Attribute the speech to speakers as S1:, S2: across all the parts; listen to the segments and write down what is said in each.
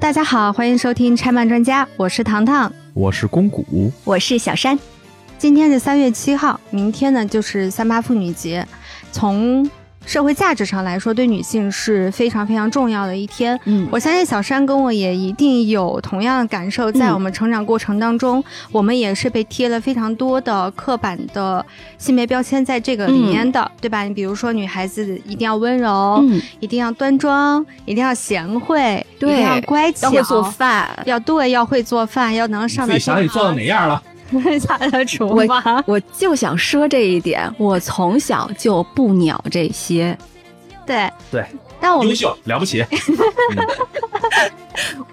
S1: 大家好，欢迎收听拆漫专家，我是糖糖，
S2: 我是公谷，
S3: 我是小山。
S1: 今天是三月七号，明天呢就是三八妇女节，从社会价值上来说，对女性是非常非常重要的一天。
S3: 嗯，
S1: 我相信小山跟我也一定有同样的感受，在我们成长过程当中，
S3: 嗯
S1: 我们也是被贴了非常多的刻板的性别标签在这个里面的，对吧？你比如说，女孩子一定要温柔，
S3: 嗯，
S1: 一定要端庄，一定要贤惠，
S3: 对
S1: 一定要乖巧，
S3: 要会做饭。
S1: 要对，要会做饭，要能上
S2: 自
S1: 得
S2: 己想想你做到哪样了？
S1: 哪下得厨
S3: 我
S1: 房。
S3: 我就想说这一点，我从小就不鸟这些。
S1: 对
S2: 对，
S1: 但我们
S2: 优秀，了 不起。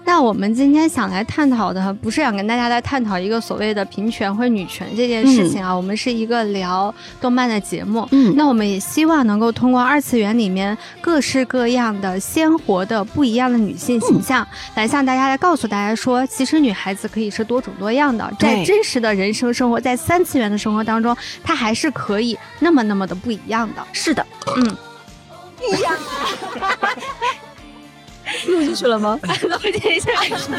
S1: 那我们今天想来探讨的，不是想跟大家来探讨一个所谓的平权或者女权这件事情啊，我们是一个聊动漫的节目。
S3: 嗯
S1: 那我们也希望能够通过二次元里面各式各样的鲜活的不一样的女性
S3: 嗯
S1: 形象，来向大家来告诉大家说，其实女孩子可以是多种多样的，在
S3: 对
S1: 真实的人生生活，在三次元的生活当中，她还是可以那么那么的不一样的。
S3: 是的，
S1: 嗯，
S3: 录进去了 吗？录进去了，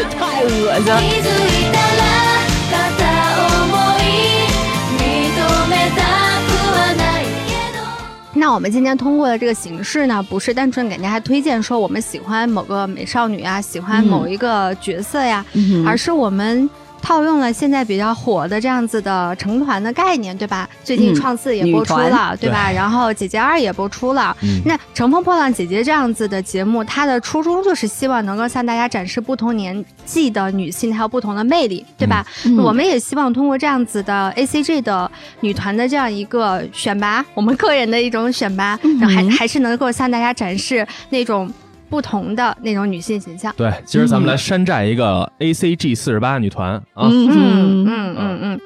S3: 太恶心了。
S4: 気づいたら片思い認めたくはないけど
S1: 那我们今天通过的这个形式呢，不是单纯给大家推荐说我们喜欢某个美少女啊，喜欢某一个角色呀，
S3: 嗯
S1: 而是我们套用了现在比较火的这样子的成团的概念，对吧？最近
S3: 嗯
S1: 《创四》也
S3: 女
S1: 播出
S3: 团
S1: 了，对吧？然后《姐姐二》也播出了。
S2: 嗯
S1: 那《乘风破浪姐姐》这样子的节目，它的初衷就是希望能够向大家展示不同年纪的女性还有不同的魅力，对吧？
S3: 嗯
S1: 我们也希望通过这样子的 A C G 的女团的这样一个选拔，我们个人的一种选拔，
S3: 嗯
S1: 然后还还是能够向大家展示那种不同的那种女性形象。
S2: 对，今儿咱们来山寨一个 A C G 四十八女团啊，
S1: 嗯
S3: 嗯嗯，
S1: 嗯嗯嗯。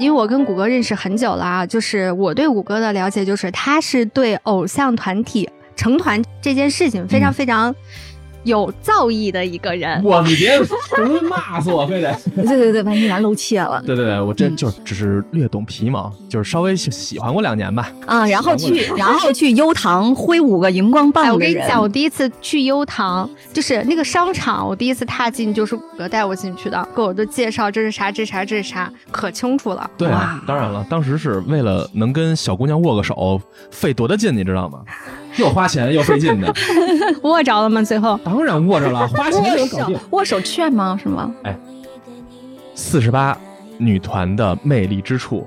S1: 因为我跟谷歌认识很久了啊，就是我对谷歌的了解，就是他是对偶像团体成团这件事情非常
S2: 嗯
S1: 非常有造诣的一个人。
S2: 哇，你别骂死我，非得。
S3: 嗯对对对，把你俩露怯了
S2: 对对对，我真
S3: 嗯
S2: 就只是略懂皮毛，就是稍微喜欢过两年吧。
S3: 啊！然后去，然后去优堂挥舞个荧光棒
S1: 哎，
S3: 的
S1: 我跟你
S3: 人
S1: 讲，我第一次去优唐，就是那个商场，我第一次踏进就是谷歌带我进去的，给我都介绍这是啥，这是啥，这是啥，可清楚了。
S2: 对啊，当然了，当时是为了能跟小姑娘握个手，费多大劲，你知道吗？又花钱又 费劲的，
S1: 握着了吗？最后
S2: 当然握着了，花钱
S3: 握
S2: 能搞定
S3: 手。握手券吗？是吗？
S2: 四十八女团的魅力之处，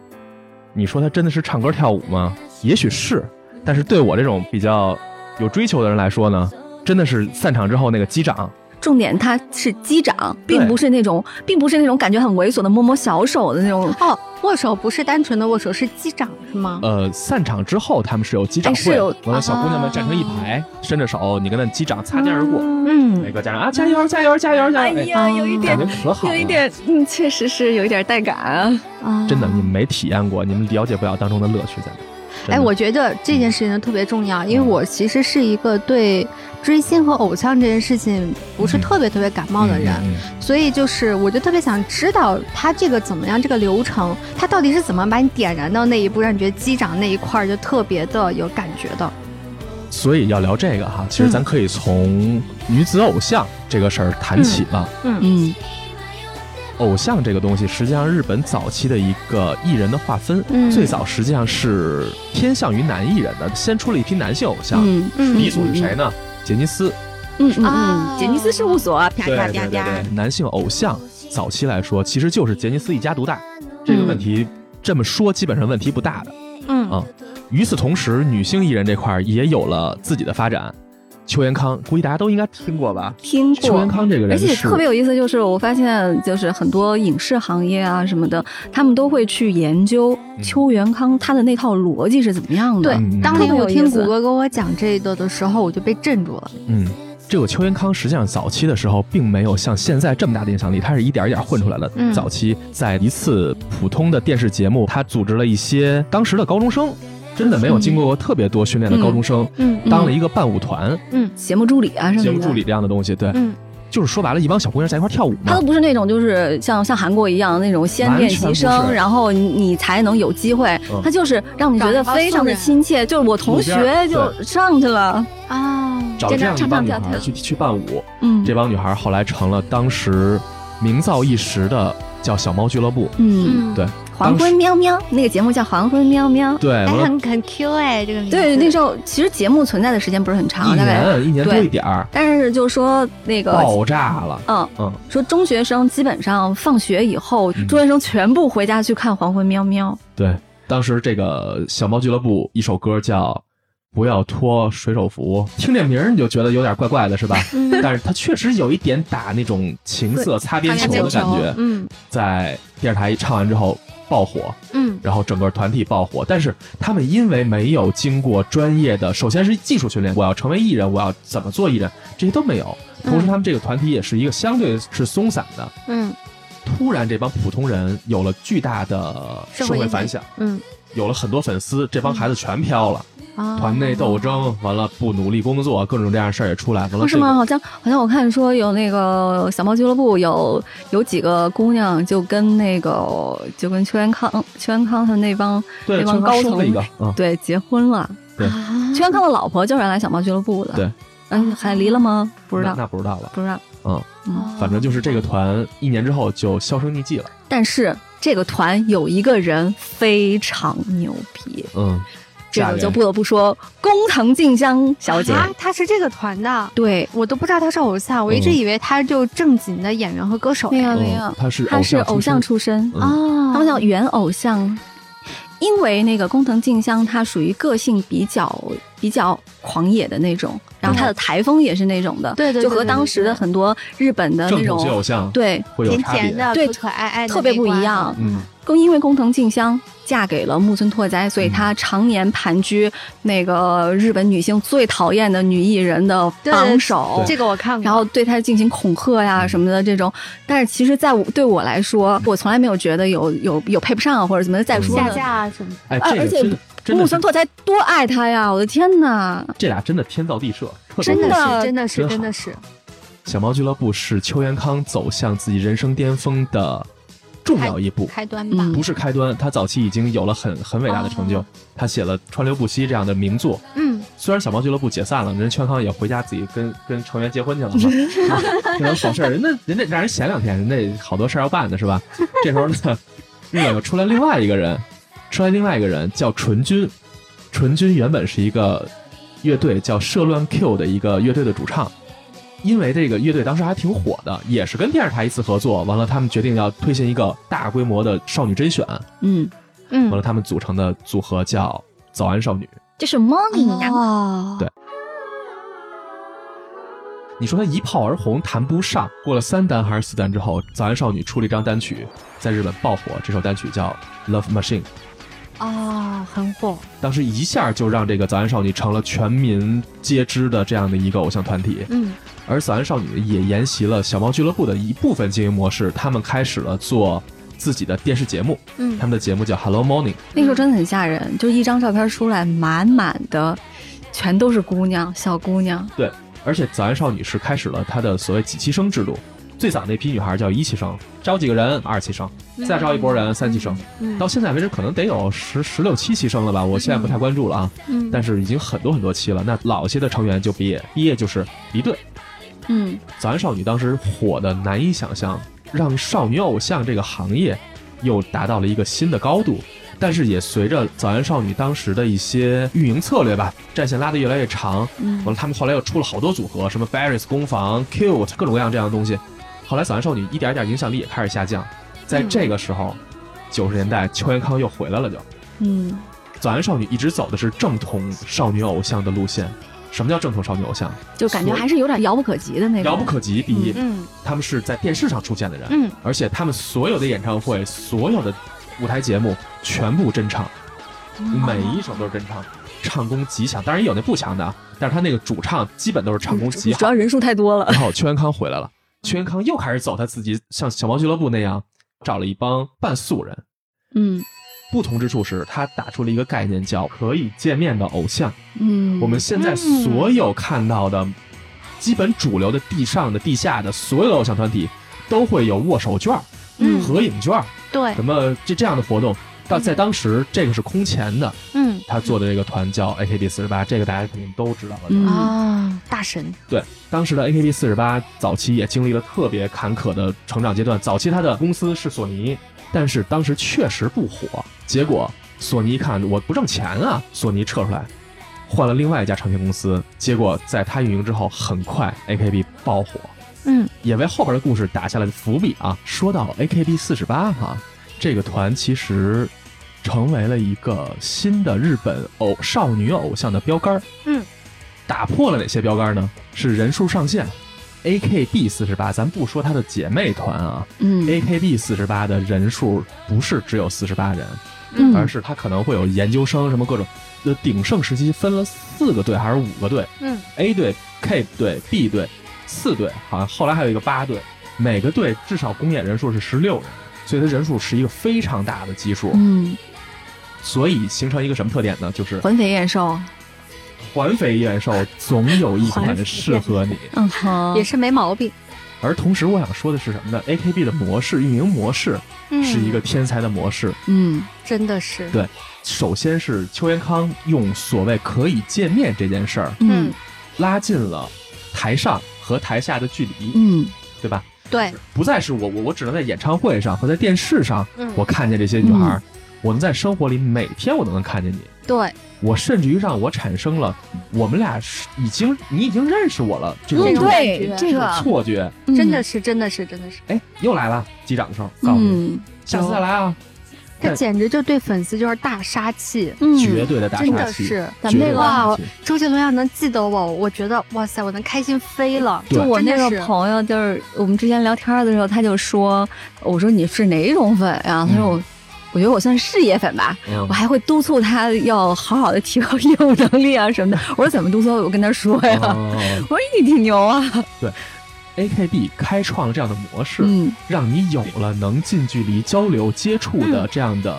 S2: 你说她真的是唱歌跳舞吗？也许是，但是对我这种比较有追求的人来说呢，真的是散场之后那个击掌，
S3: 重点他是击掌，
S2: 对
S3: 并不是那种，并不是那种感觉很猥琐的摸摸小手的那种。
S1: 哦，握手不是单纯的握手，是击掌是吗？
S2: 呃，散场之后他们是有击掌
S3: 哎是
S2: 会，
S3: 有
S2: 完了小姑娘
S1: 啊
S2: 们站成一排，伸着手，你跟她击掌擦肩而过，
S1: 嗯
S2: 每，个家长啊加油加油加油加油，哎，
S1: 呀有一
S2: 感觉可好了，，啊
S3: 嗯，确实是有一点带感啊。
S1: 啊
S2: 真的你们没体验过，你们了解不了当中的乐趣在哪。真
S1: 哎，
S2: 的嗯
S1: 我觉得这件事情特别重要，因为我其实是一个对追星和偶像这件事情不是特别特别感冒的人，
S2: 嗯
S1: 所以就是我就特别想知道他这个怎么样，这个流程，他到底是怎么把你点燃到那一步，让你觉得击掌那一块儿就特别的有感觉的。
S2: 所以要聊这个哈，
S3: 嗯
S2: 其实咱可以从女子偶像这个事儿谈起了。
S3: 嗯
S2: 偶像这个东西，实际上日本早期的一个艺人的划分，
S1: 嗯
S2: 最早实际上是偏向于男艺人的，先出了一批男性偶像。
S3: 嗯
S1: 嗯
S2: 第一组是谁呢？杰尼斯，
S3: 嗯嗯
S1: 啊
S3: 嗯，杰尼斯事务所，啪
S2: 对
S3: 啪
S2: 对
S3: 啪
S2: 对
S3: 啪。
S2: 对，男性偶像早期来说，其实就是杰尼斯一家独大，
S3: 嗯
S2: 这个问题这么说基本上问题不大的。
S1: 嗯
S2: 啊与此同时，女性艺人这块儿也有了自己的发展。邱元康，估计大家都应该听过吧？
S3: 听
S2: 邱元
S3: 过。
S2: 康这个人
S3: 而
S2: 是，
S3: 且特别有意思，就是我发现，就是很多影视行业啊什么的，他们都会去研究
S2: 嗯
S3: 邱元康他的那套逻辑是怎么样的。
S1: 对
S2: 嗯，
S1: 当
S3: 特
S1: 年
S3: 别
S1: 我
S3: 有意
S1: 听
S3: 思
S1: 谷歌跟我讲这个的时候，我就被震住了。
S2: 嗯，这个邱元康实际上早期的时候并没有像现在这么大的影响力，他是一点儿一点儿混出来的。
S1: 嗯
S2: 早期在一次普通的电视节目，他组织了一些当时的高中生，真的没有经
S3: 嗯
S2: 过特别多训练的高中生，
S1: 嗯
S2: 当了一个伴舞团、
S3: 节目助理啊什么的。
S2: 节目助理这样的东西。对，
S1: 嗯
S2: 就是说白了，一帮小姑娘在一块儿跳舞
S3: 他
S2: 嘛
S3: 都。不是那种，就是像像韩国一样那种先练习
S2: 完全不
S3: 生，
S2: 是
S3: 然后你你才能有机会
S2: 嗯。
S3: 他就是让你觉得非常的亲切，就是我同
S2: 路边
S3: 学
S2: 儿
S3: 就上去了，
S1: 啊，
S2: 找这样一帮女
S3: 真的唱唱跳
S2: 孩
S3: 跳
S2: 去去伴舞，
S3: 嗯
S2: 这帮女孩后来成了当时名噪一时的叫小猫俱乐部。
S3: 嗯，
S1: 嗯，
S2: 对，
S3: 黄
S2: 当
S3: 昏
S2: 时
S3: 喵喵，那个节目叫《黄昏喵喵》。
S2: 对，
S1: 哎，
S2: 完了
S1: 很很 Q 哎，这个名字
S3: 对，那时候其实节目存在的时间不是很
S2: 一
S3: 长，大概，
S2: 年一年多
S3: 嗯对
S2: 一点儿，
S3: 但是就说那个，
S2: 爆炸了。
S3: 嗯
S2: 嗯，
S3: 说中学生基本上放学以后，
S2: 嗯
S3: 中学生全部回家去看《黄昏喵喵
S2: 对，当时这个小猫俱乐部一首歌叫《不要脱水手服》，听这名儿你就觉得有点怪怪的，是吧？但是它确实有一点打那种情色擦边球的感觉，
S1: 嗯
S2: 在电视台一唱完之后爆火，
S1: 嗯
S2: 然后整个团体爆火。但是他们因为没有经过专业的，首先是技术训练，我要成为艺人，我要怎么做艺人，这些都没有。同时，他们这个团体也是一个相对是松散的。
S1: 嗯
S2: 突然，这帮普通人有了巨大的社
S1: 社会
S2: 会
S1: 影
S2: 反响
S1: 响，嗯
S2: 有了很多粉丝，这帮孩子全飘了，
S3: 嗯
S1: 啊，
S2: 团内斗争，完了不努力工作，各种这样的事儿也出来，完》了
S3: 是
S2: 这个
S3: 吗？好像好像我看说有那个小猫俱乐部有有几个姑娘就跟那个就跟邱元康邱元康他们那帮
S2: 对，
S3: 那帮
S2: 就
S3: 高
S2: 收了一
S3: 层
S2: 个，嗯，
S3: 对结婚了。
S2: 对
S1: 啊
S3: 邱元康的老婆就是原来小猫俱乐部的，
S2: 对，
S3: 嗯，还离了吗？不知
S2: 那
S3: 道，
S2: 那不知道了，
S3: 不知道。
S2: 嗯，反正就是这个团一年之后就销声匿迹了，
S3: 但是这个团有一个人非常牛逼，
S2: 嗯，
S3: 这
S2: 嫁
S3: 个
S2: 人
S3: 就不得不说工藤静香小姐。
S1: 啊，他是这个团的，
S3: 对，
S1: 我都不知道他是偶像，我一直以为他就正经的演员和歌手哎。
S3: 有
S2: 嗯，他是
S3: 她是偶像
S2: 出
S3: 出身，
S2: 身，嗯
S1: 哦，
S3: 他们叫原偶像，因为那个工藤静香她属于个性比较比较狂野的那种，然后她的台风也是那种的，
S1: 嗯对对对
S3: 就和当时
S1: 对
S3: 的
S1: 对对
S3: 很多日本的那
S2: 正统系偶
S3: 种
S2: 像
S3: 对
S2: 会有
S1: 甜
S2: 差
S1: 甜
S2: 别，
S1: 的，
S3: 对
S1: 可可爱爱的，
S3: 特别不一样。。
S2: 嗯，
S3: 更因为工藤静香嫁给了木村拓哉，所以
S1: 嗯
S3: 她常年盘踞那个日本女性最讨厌的女艺人的
S1: 对嗯
S3: 榜首
S2: 对。
S1: 这个我看过，
S3: 然后对她进行恐吓呀什么的这种，但是其实在我对我来说，我从来没有觉得有有有配不上啊或者怎么的。再说
S1: 下
S3: 呢，
S1: 架啊什么的，
S2: 哎，
S3: 啊
S2: 这
S3: 而
S2: 个
S3: 且
S2: 真的真
S3: 木
S2: 的是
S3: 村拓哉多爱她呀！我的天哪，
S2: 这俩真的天造地设，特别
S1: 真
S2: 合
S1: 的
S2: 适
S1: 是，真的是，
S2: 真好
S1: 真的是，
S2: 小猫俱乐部是邱元康走向自己人生巅峰的重要一步，
S1: 开端吧。
S3: 嗯
S2: 不是开端，他早期已经有了很很伟大的成就，他写了《川流不息》这样的名作。
S1: 嗯，
S2: 虽然小猫俱乐部解散了，人家全康也回家自己跟跟成员结婚去了嘛，这种好事儿，人家人家让人闲两天，人家好多事儿要办呢，是吧？ 这时候呢，日本又出来另外一个人，出来另外一个人叫纯君，纯君原本是一个乐队叫社乱 Q 的一个乐队的主唱。因为这个乐队当时还挺火的，也是跟电视台一次合作，完了他们决定要推行一个大规模的少女甄选，完
S3: 嗯，
S1: 嗯
S2: 了他们组成的组合叫早安少女，
S3: 这是 Morning 呀、
S1: 哦
S2: 对你说他一炮而红谈不上，过了三单还是四单之后，早安少女出了一张单曲，在日本爆火，这首单曲叫《Love Machine》，
S1: 哦，很火，
S2: 当时一下就让这个早安少女成了全民皆知的这样的一个偶像团体。
S1: 嗯
S2: 而早安少女也沿袭了小猫俱乐部的一部分经营模式，他们开始了做自己的电视节目，
S1: 嗯
S2: 他，们的节目叫《Hello Morning》。
S3: 那时候真的很吓人，就一张照片出来，满满的全都是姑娘，小姑娘。
S2: 对，而且早安少女是开始了她的所谓几期生制度。最早那批女孩叫一期生，招几个人二期生，再招一波人三期生，
S1: 嗯
S2: 到现在为止可能得有十十六七期生了吧，我现在不太关注了啊，
S1: 嗯
S2: 但是已经很多很多期了。那老些的成员就毕业，毕业就是离队。
S3: 嗯，
S2: 早安少女当时火的难以想象，让少女偶像这个行业又达到了一个新的高度。但是也随着早安少女当时的一些运营策略吧，战线拉得越来越长，完了他们后来又出了好多组合，什么 Barry's 工坊、Cute 各种各样这样的东西。后来早安少女一点一点影响力也开始下降，
S1: 嗯
S2: 在这个时候，九十年代邱元康又回来了就，
S3: 嗯，
S2: 早安少女一直走的是正统少女偶像的路线。什么叫正统少女偶像？
S3: 就感觉还是有点遥不可及的那种。
S2: 遥不可及。第一，
S1: 嗯
S2: 他们是在电视上出现的人，
S1: 嗯
S2: 而且他们所有的演唱会、所有的舞台节目全部真唱，每一首都是真唱，唱功极强。当然也有那不强的啊，但是他那个主唱基本都是唱功极
S3: 主
S2: 好。
S3: 要人数太多了。
S2: 然后邱元康回来了，
S3: 嗯
S2: 邱元康又开始走他自己像小猫俱乐部那样，找了一帮半素人。
S3: 嗯
S2: 不同之处是他打出了一个概念，叫可以见面的偶像。
S3: 嗯，
S2: 我们现在所有看到的基本主流的地上的、地下的所有的偶像团体都会有握手券儿、
S1: 嗯
S2: 合影券儿，
S3: 嗯
S1: 对，
S2: 什么这这样的活动。到在当时，这个是空前的。
S1: 嗯
S2: 他做的这个团叫 AKB 四十八，这个大家肯定都知道了。
S3: 嗯
S1: 啊，大神，
S2: 对，当时的 AKB 四十八早期也经历了特别坎坷的成长阶段。早期它的公司是索尼，但是当时确实不火。结果索尼一看我不挣钱啊，索尼撤出来，换了另外一家唱片公司。结果在它运营之后，很快 AKB 爆火，
S1: 嗯
S2: 也为后边的故事打下了伏笔啊。说到 AKB 四十八哈，这个团其实成为了一个新的日本偶少女偶像的标杆儿。
S1: 嗯，
S2: 打破了哪些标杆呢？是人数上限。AKB 四十八，咱不说它的姐妹团啊、
S3: 嗯
S2: a k b 四十八的人数不是只有四十八人，
S1: 嗯
S2: 而是它可能会有研究生什么各种。呃，鼎盛时期分了四个队还是五个队？
S1: 嗯
S2: ，A 队、K 队、B 队、四队，好像后来还有一个八队，每个队至少公演人数是十六人，所以它人数是一个非常大的基数。
S3: 嗯，
S2: 所以形成一个什么特点呢？就是
S3: 魂飞燕瘦，
S2: 环肥燕瘦，总有一款适合你。
S3: 嗯哼，
S1: 也是没毛病，
S2: 而同时，我想说的是什么呢？AKB 的模式运营模式
S1: 嗯
S2: 是一个天才的模式。
S3: 嗯
S1: 真的是，
S2: 对首先是邱元康用所谓可以见面这件事儿，
S3: 嗯
S2: 拉近了台上和台下的距离，
S3: 嗯
S2: 对吧？
S1: 对，
S2: 不再是我我我只能在演唱会上和在电视上
S1: 嗯
S2: 我看见这些女孩儿，我能在生活里每天我都能看见你。
S1: 对，
S2: 我甚至于让我产生了，我们俩是已经你已经认识我了这
S1: 嗯
S2: 种
S3: 对
S1: 这种感觉
S3: 这个
S2: 错觉。
S1: 真的是，真的是，真的是，
S2: 哎，又来了，击掌的时候告诉你，
S3: 嗯
S2: 下次再来啊，
S1: 他
S2: 但
S1: 简直就对粉丝就是大杀器，
S3: 嗯
S2: 绝对的大
S1: 真
S2: 杀
S1: 的
S2: 器，
S1: 是。
S3: 咱们
S2: 绝
S3: 那
S2: 对的
S3: 个
S2: 大
S1: 哇
S2: 杀器
S1: 周杰伦要能记得我，我觉得哇塞，我能开心飞了。
S2: 对
S1: 就
S3: 就我那
S1: 真的
S3: 个
S1: 是
S3: 朋友，就是我们之前聊天的时候，他就说，我说你是哪种粉啊？他说我，我觉得我算是事业粉吧。
S2: 嗯
S3: 我还会督促他要好好的提高业务能力啊什么的。我说怎么督促？我跟他说呀。
S2: 哦
S3: 我说你挺牛啊。
S2: ，AKB 开创了这样的模式，
S3: 嗯
S2: 让你有了能近距离交流接触的这样的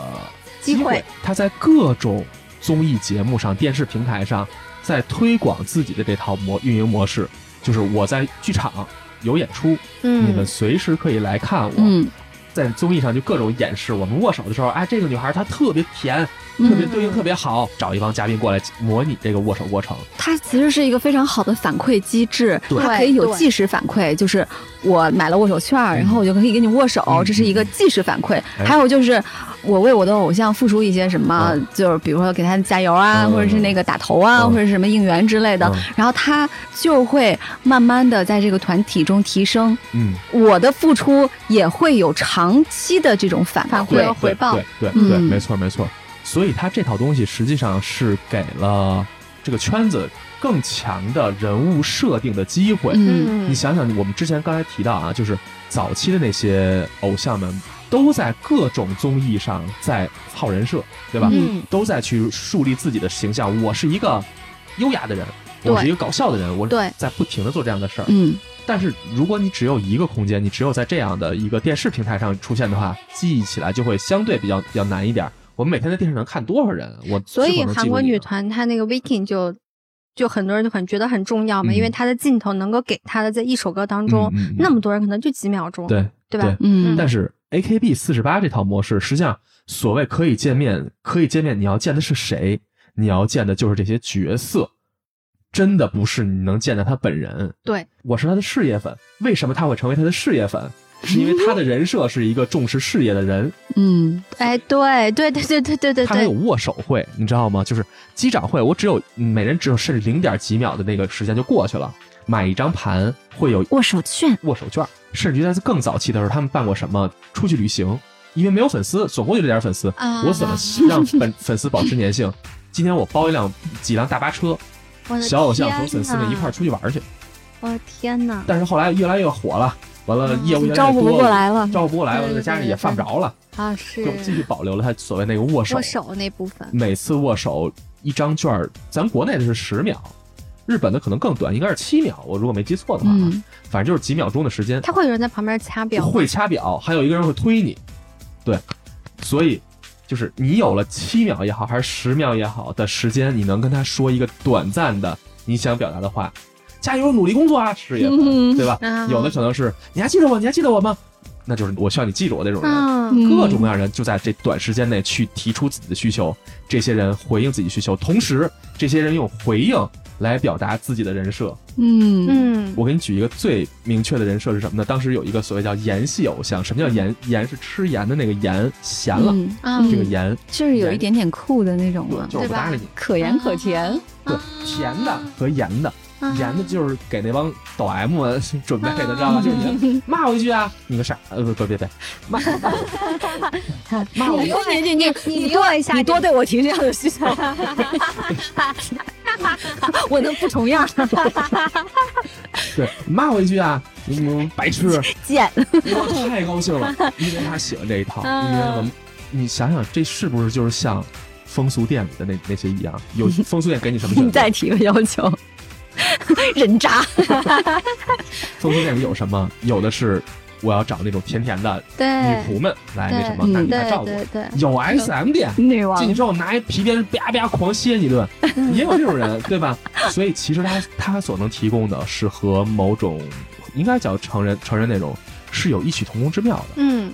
S1: 机
S2: 嗯
S1: 会
S2: 机会。他在各种综艺节目上、电视平台上，在推广自己的这套模运营模式，就是我在剧场有演出，你们
S1: 嗯，
S2: 随时可以来看我。
S3: 嗯
S2: 在综艺上就各种演示，我们握手的时候，哎，这个女孩她特别甜，特别
S3: 嗯，
S2: 对应特别好，找一帮嘉宾过来模拟这个握手过程。
S3: 它其实是一个非常好的反馈机制，
S2: 对
S3: 它可以有
S1: 对
S3: 即时反馈，就是我买了握手券，然后我就可以跟你握手，
S2: 嗯
S3: 这是一个即时反馈。
S2: 哎
S3: 还有就是我为我的偶像付出一些什么，
S2: 嗯
S3: 就是比如说给他加油啊，
S2: 嗯
S3: 或者是那个打头啊，
S2: 嗯
S3: 或者是什么应援之类的，
S2: 嗯
S3: 然后他就会慢慢的在这个团体中提升。
S2: 嗯，
S3: 我的付出也会有长期的这种反
S1: 反
S3: 馈，
S1: 会有回报
S2: 对对对对，
S3: 嗯
S2: 没错没错。所以他这套东西实际上是给了这个圈子更强的人物设定的机会。
S3: 嗯
S1: 嗯
S2: 你想想，我们之前刚才提到啊，就是早期的那些偶像们都在各种综艺上在操人设，对吧？
S1: 嗯
S2: 都在去树立自己的形象。我是一个优雅的人，
S1: 对
S2: 我是一个搞笑的人，我
S1: 对
S2: 在不停的做这样的事儿。
S3: 嗯
S2: 但是如果你只有一个空间，你只有在这样的一个电视平台上出现的话，记忆起来就会相对比较比较难一点。我们每天在电视能看多少人？我
S1: 所
S2: 是
S1: 以
S2: 否能记
S1: 韩
S2: 住
S1: 国
S2: 你
S1: 女
S2: 呢
S1: 团她那个 Viking 就就很多人就很觉得很重要嘛，
S2: 嗯
S1: 因为她的镜头能够给她的在一首歌当中，
S2: 嗯嗯嗯
S1: 那么多人可能就几秒钟，
S2: 对
S1: 对吧？
S3: 嗯
S2: 但是 AKB 四十八这套模式，实际上所谓可以见面，可以见面，你要见的是谁？你要见的就是这些角色，真的不是你能见到他本人。
S1: 对，
S2: 我是他的事业粉，为什么他会成为他的事业粉？是因为他的人设是一个重视事业的 人，
S3: 嗯
S1: 哎，对对对对对对对
S2: 他还有
S1: 对，
S2: 握手会，你知道吗？就是击掌会，我只有每人只有甚至零点几秒的那个时间就过去了。买一张盘会有
S3: 握手券，
S2: 握手券，甚至于在更早期的时候，他们办过什么出去旅行，因为没有粉丝，总共就这点粉丝，
S1: 啊
S2: 我怎么让粉 粉丝保持粘性？今天我包一辆几辆大巴车，
S1: 我的
S2: 小偶像和
S1: 天
S2: 粉丝们一块儿
S1: 呐
S2: 出去玩去。
S1: 我的天啊呐，
S2: 但是后来越来越火了，完了
S1: 嗯
S2: 业务越来越多，
S3: 啊招不过来了。
S2: 招不过来了，
S1: 对对
S2: 再加上也犯不着了，
S1: 啊，是
S2: 就继续保留了他所谓那个握手
S1: 握。手那部分，
S2: 每次握手一张券儿，咱国内的是十秒，日本的可能更短，应该是七秒，我如果没记错的话，啊，
S3: 嗯
S2: 反正就是几秒钟的时间。
S1: 他会有人在旁边掐表，
S2: 会掐表，还有一个人会推你，对，所以就是你有了七秒也好，还是十秒也好的时间，你能跟他说一个短暂的你想表达的话，加油，努力工作啊，事业，
S3: 嗯
S2: 对吧？
S1: 嗯
S2: 有的可能是你还记得我，你还记得我吗？那就是我需要你记住我这种人。啊
S1: 嗯
S3: 嗯
S2: 各种各样的人就在这短时间内去提出自己的需求，这些人回应自己需求，同时这些人用回应来表达自己的人设。
S3: 嗯嗯
S1: 嗯
S2: 我给你举一个最明确的人设是什么呢？当时有一个所谓叫盐系偶像，什么叫盐？盐是吃盐的那个盐，咸了。
S3: 嗯
S1: 嗯
S2: 这个盐，
S3: 就是有一点点酷的那种
S2: 对
S3: 嘛，
S2: 就是我不搭理你。
S3: 可盐可甜，
S2: 对，甜的和盐的，盐的就是给那帮抖 M 准备的，知道吧？就是你骂我一句啊，你个傻，呃，不，别别，骂骂我一句
S3: 你你你
S1: 你给我一下
S3: 你多对我提这样的需求， 我能不重样？
S2: 对，骂我一句啊，你们白痴，
S3: 贱，
S2: 我太高兴了，因为他喜欢这一套，因为我们，你想想，这是不是就是像风俗店里的那那些一样？有风俗店给你什么选
S3: 你
S2: 择？
S3: 再提个要求，人渣。
S2: 风俗店里有什么？有的是我要找那种甜甜的
S1: 对
S2: 女仆们来那什么，
S3: 对
S2: 那你来照
S1: 对
S2: 顾
S1: 对。对，
S2: 有 SM 店，
S3: 女王
S2: 进去之后拿一皮鞭啪啪狂歇一顿，也有这种人，对吧？所以其实他他所能提供的是和某种应该叫成人成人那种是有异曲同工之妙的，
S1: 嗯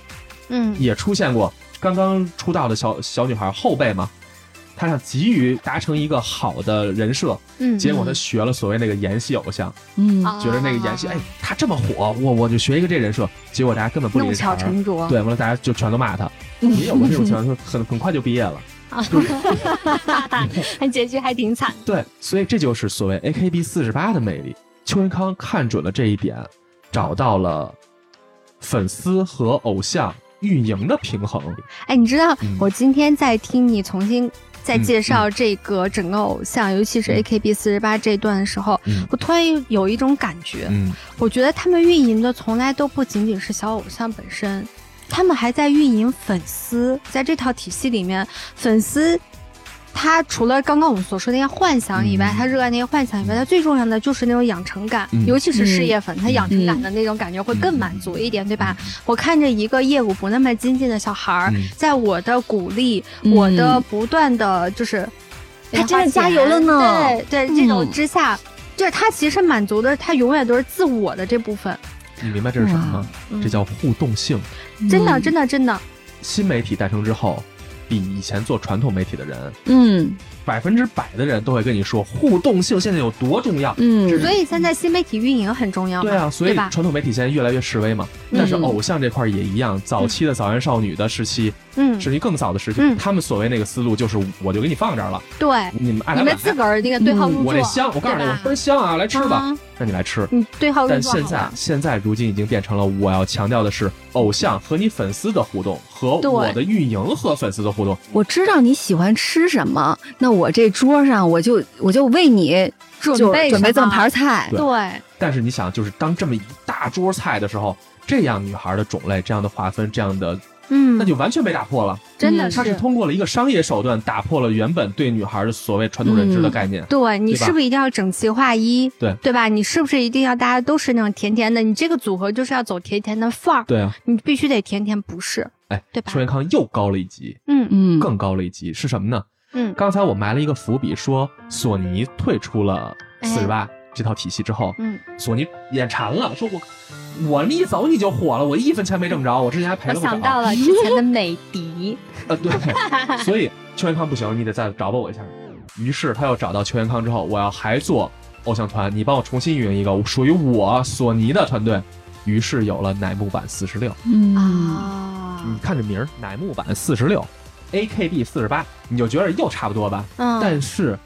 S1: 嗯
S2: 也出现过刚刚出道的小小女孩后辈嘛。她想急于达成一个好的人设，
S1: 嗯，
S2: 结果她学了所谓那个演戏偶像，
S3: 嗯
S1: 啊
S2: 觉得那个演戏，哎，她这么火，我我就学一个这人设，结果大家根本不理
S1: 弄
S2: 这
S1: 巧
S2: 茬儿
S1: 成嗯拙，
S2: 对，完了大家就全都骂她。也有过这种情况，就很很快就毕业了。
S1: 结局还挺惨。
S2: 对，所以这就是所谓 AKB 四十八的魅力。邱元康看准了这一点，找到了粉丝和偶像运营的平衡。
S1: 哎，你知道
S2: 嗯
S1: 我今天在听你重新再
S2: 嗯
S1: 介绍这个整个偶像，尤其是
S2: 嗯
S1: AKB 四十八这段的时候，
S2: 嗯
S1: 我突然有一种感觉，
S2: 嗯，
S1: 我觉得他们运营的从来都不仅仅是小偶像本身，他们还在运营粉丝。在这套体系里面，粉丝他除了刚刚我们所说的那些幻想以外，
S2: 嗯
S1: 他热爱那些幻想以外，他最重要的就是那种养成感，
S2: 嗯
S1: 尤其是事业粉，他养成感的那种感觉会更满足一点，
S2: 嗯
S1: 对吧？我看着一个业务不那么精进的小孩儿，
S2: 嗯
S1: 在我的鼓励，
S3: 嗯
S1: 我的不断的就是
S3: 他
S1: 给
S3: 真的
S1: 花钱，
S3: 加油了呢
S1: 对对，这种
S3: 嗯
S1: 之下。就是他其实满足的，他永远都是自我的这部分，
S2: 你明白这是什么吗？
S1: 嗯
S2: 这叫互动性。
S3: 嗯
S1: 真的，真的，真的，
S2: 新媒体诞生之后，比以前做传统媒体的人，
S3: 嗯
S2: 百分之百的人都会跟你说，互动性现在有多重要。
S3: 嗯
S1: 所以现在新媒体运营很重要嘛，
S2: 对啊，所以
S1: 嗯对吧
S2: 传统媒体现在越来越示威嘛。但是
S3: 嗯
S2: 偶像这块儿也一样，早期的早安少女的时期，
S1: 嗯，
S2: 甚至更早的时期，
S1: 嗯
S2: 他们所谓那个思路就是，我就给你放这儿了，
S1: 对，
S2: 你们爱
S1: 你
S2: 来
S1: 们
S2: 买。
S1: 自个儿那个对号入座，
S2: 嗯我这香，我告诉你，
S1: 对
S2: 我
S1: 吧
S2: 倍儿香啊，来吃吧，
S1: 啊，
S2: 那你来吃。
S1: 你对号入
S2: 但
S1: 座
S2: 现
S1: 好
S2: 在
S1: 吧，，
S2: 现在如今已经变成了我要强调的是偶像和你粉丝的互动，和
S1: 对
S2: 我的运营和粉丝的互动。
S3: 我知道你喜欢吃什么，那我这桌上我就我就为你就
S1: 准备
S3: 准备
S1: 什
S3: 这
S1: 么
S3: 么盘菜
S2: 对。
S1: 对，
S2: 但是你想，就是当这么一大桌菜的时候，这样女孩的种类、这样的划分、这样的，
S1: 嗯，
S2: 那就完全被打破了。
S1: 真的
S3: 嗯
S2: 它是通过了一个商业手段打破了原本对女孩的所谓传统认
S1: 嗯
S2: 知的概念。
S1: 对你
S2: 对吧
S1: 是不是一定要整齐划一？
S2: 对
S1: 对吧？你是不是一定要大家都是那种甜甜的？你这个组合就是要走甜甜的范儿，
S2: 对啊，
S1: 你必须得甜甜，不是？
S2: 哎，
S1: 对吧
S2: 邱元康又高了一级，
S1: 嗯
S3: 嗯
S2: 更高了一级是什么呢？
S1: 嗯
S2: 刚才我埋了一个伏笔，说索尼退出了四十八这套体系之后，
S1: 哎嗯，
S2: 索尼眼馋了，说我我一走你就火了，我一分钱没挣着，我之前还赔
S1: 我
S2: 了不
S1: 想到
S2: 少。
S1: 了之前的美迪，
S2: 呃，对，所以邱元康不行，你得再找吧我一下。于是他又找到邱元康之后，我要还做偶像团，你帮我重新运营一个属于我索尼的团队。于是有了乃木坂四十六，
S3: 嗯
S1: 啊，
S2: 你看这名儿，乃木坂四十六，AKB 四十八，你就觉得又差不多吧？
S1: 嗯，
S2: 但是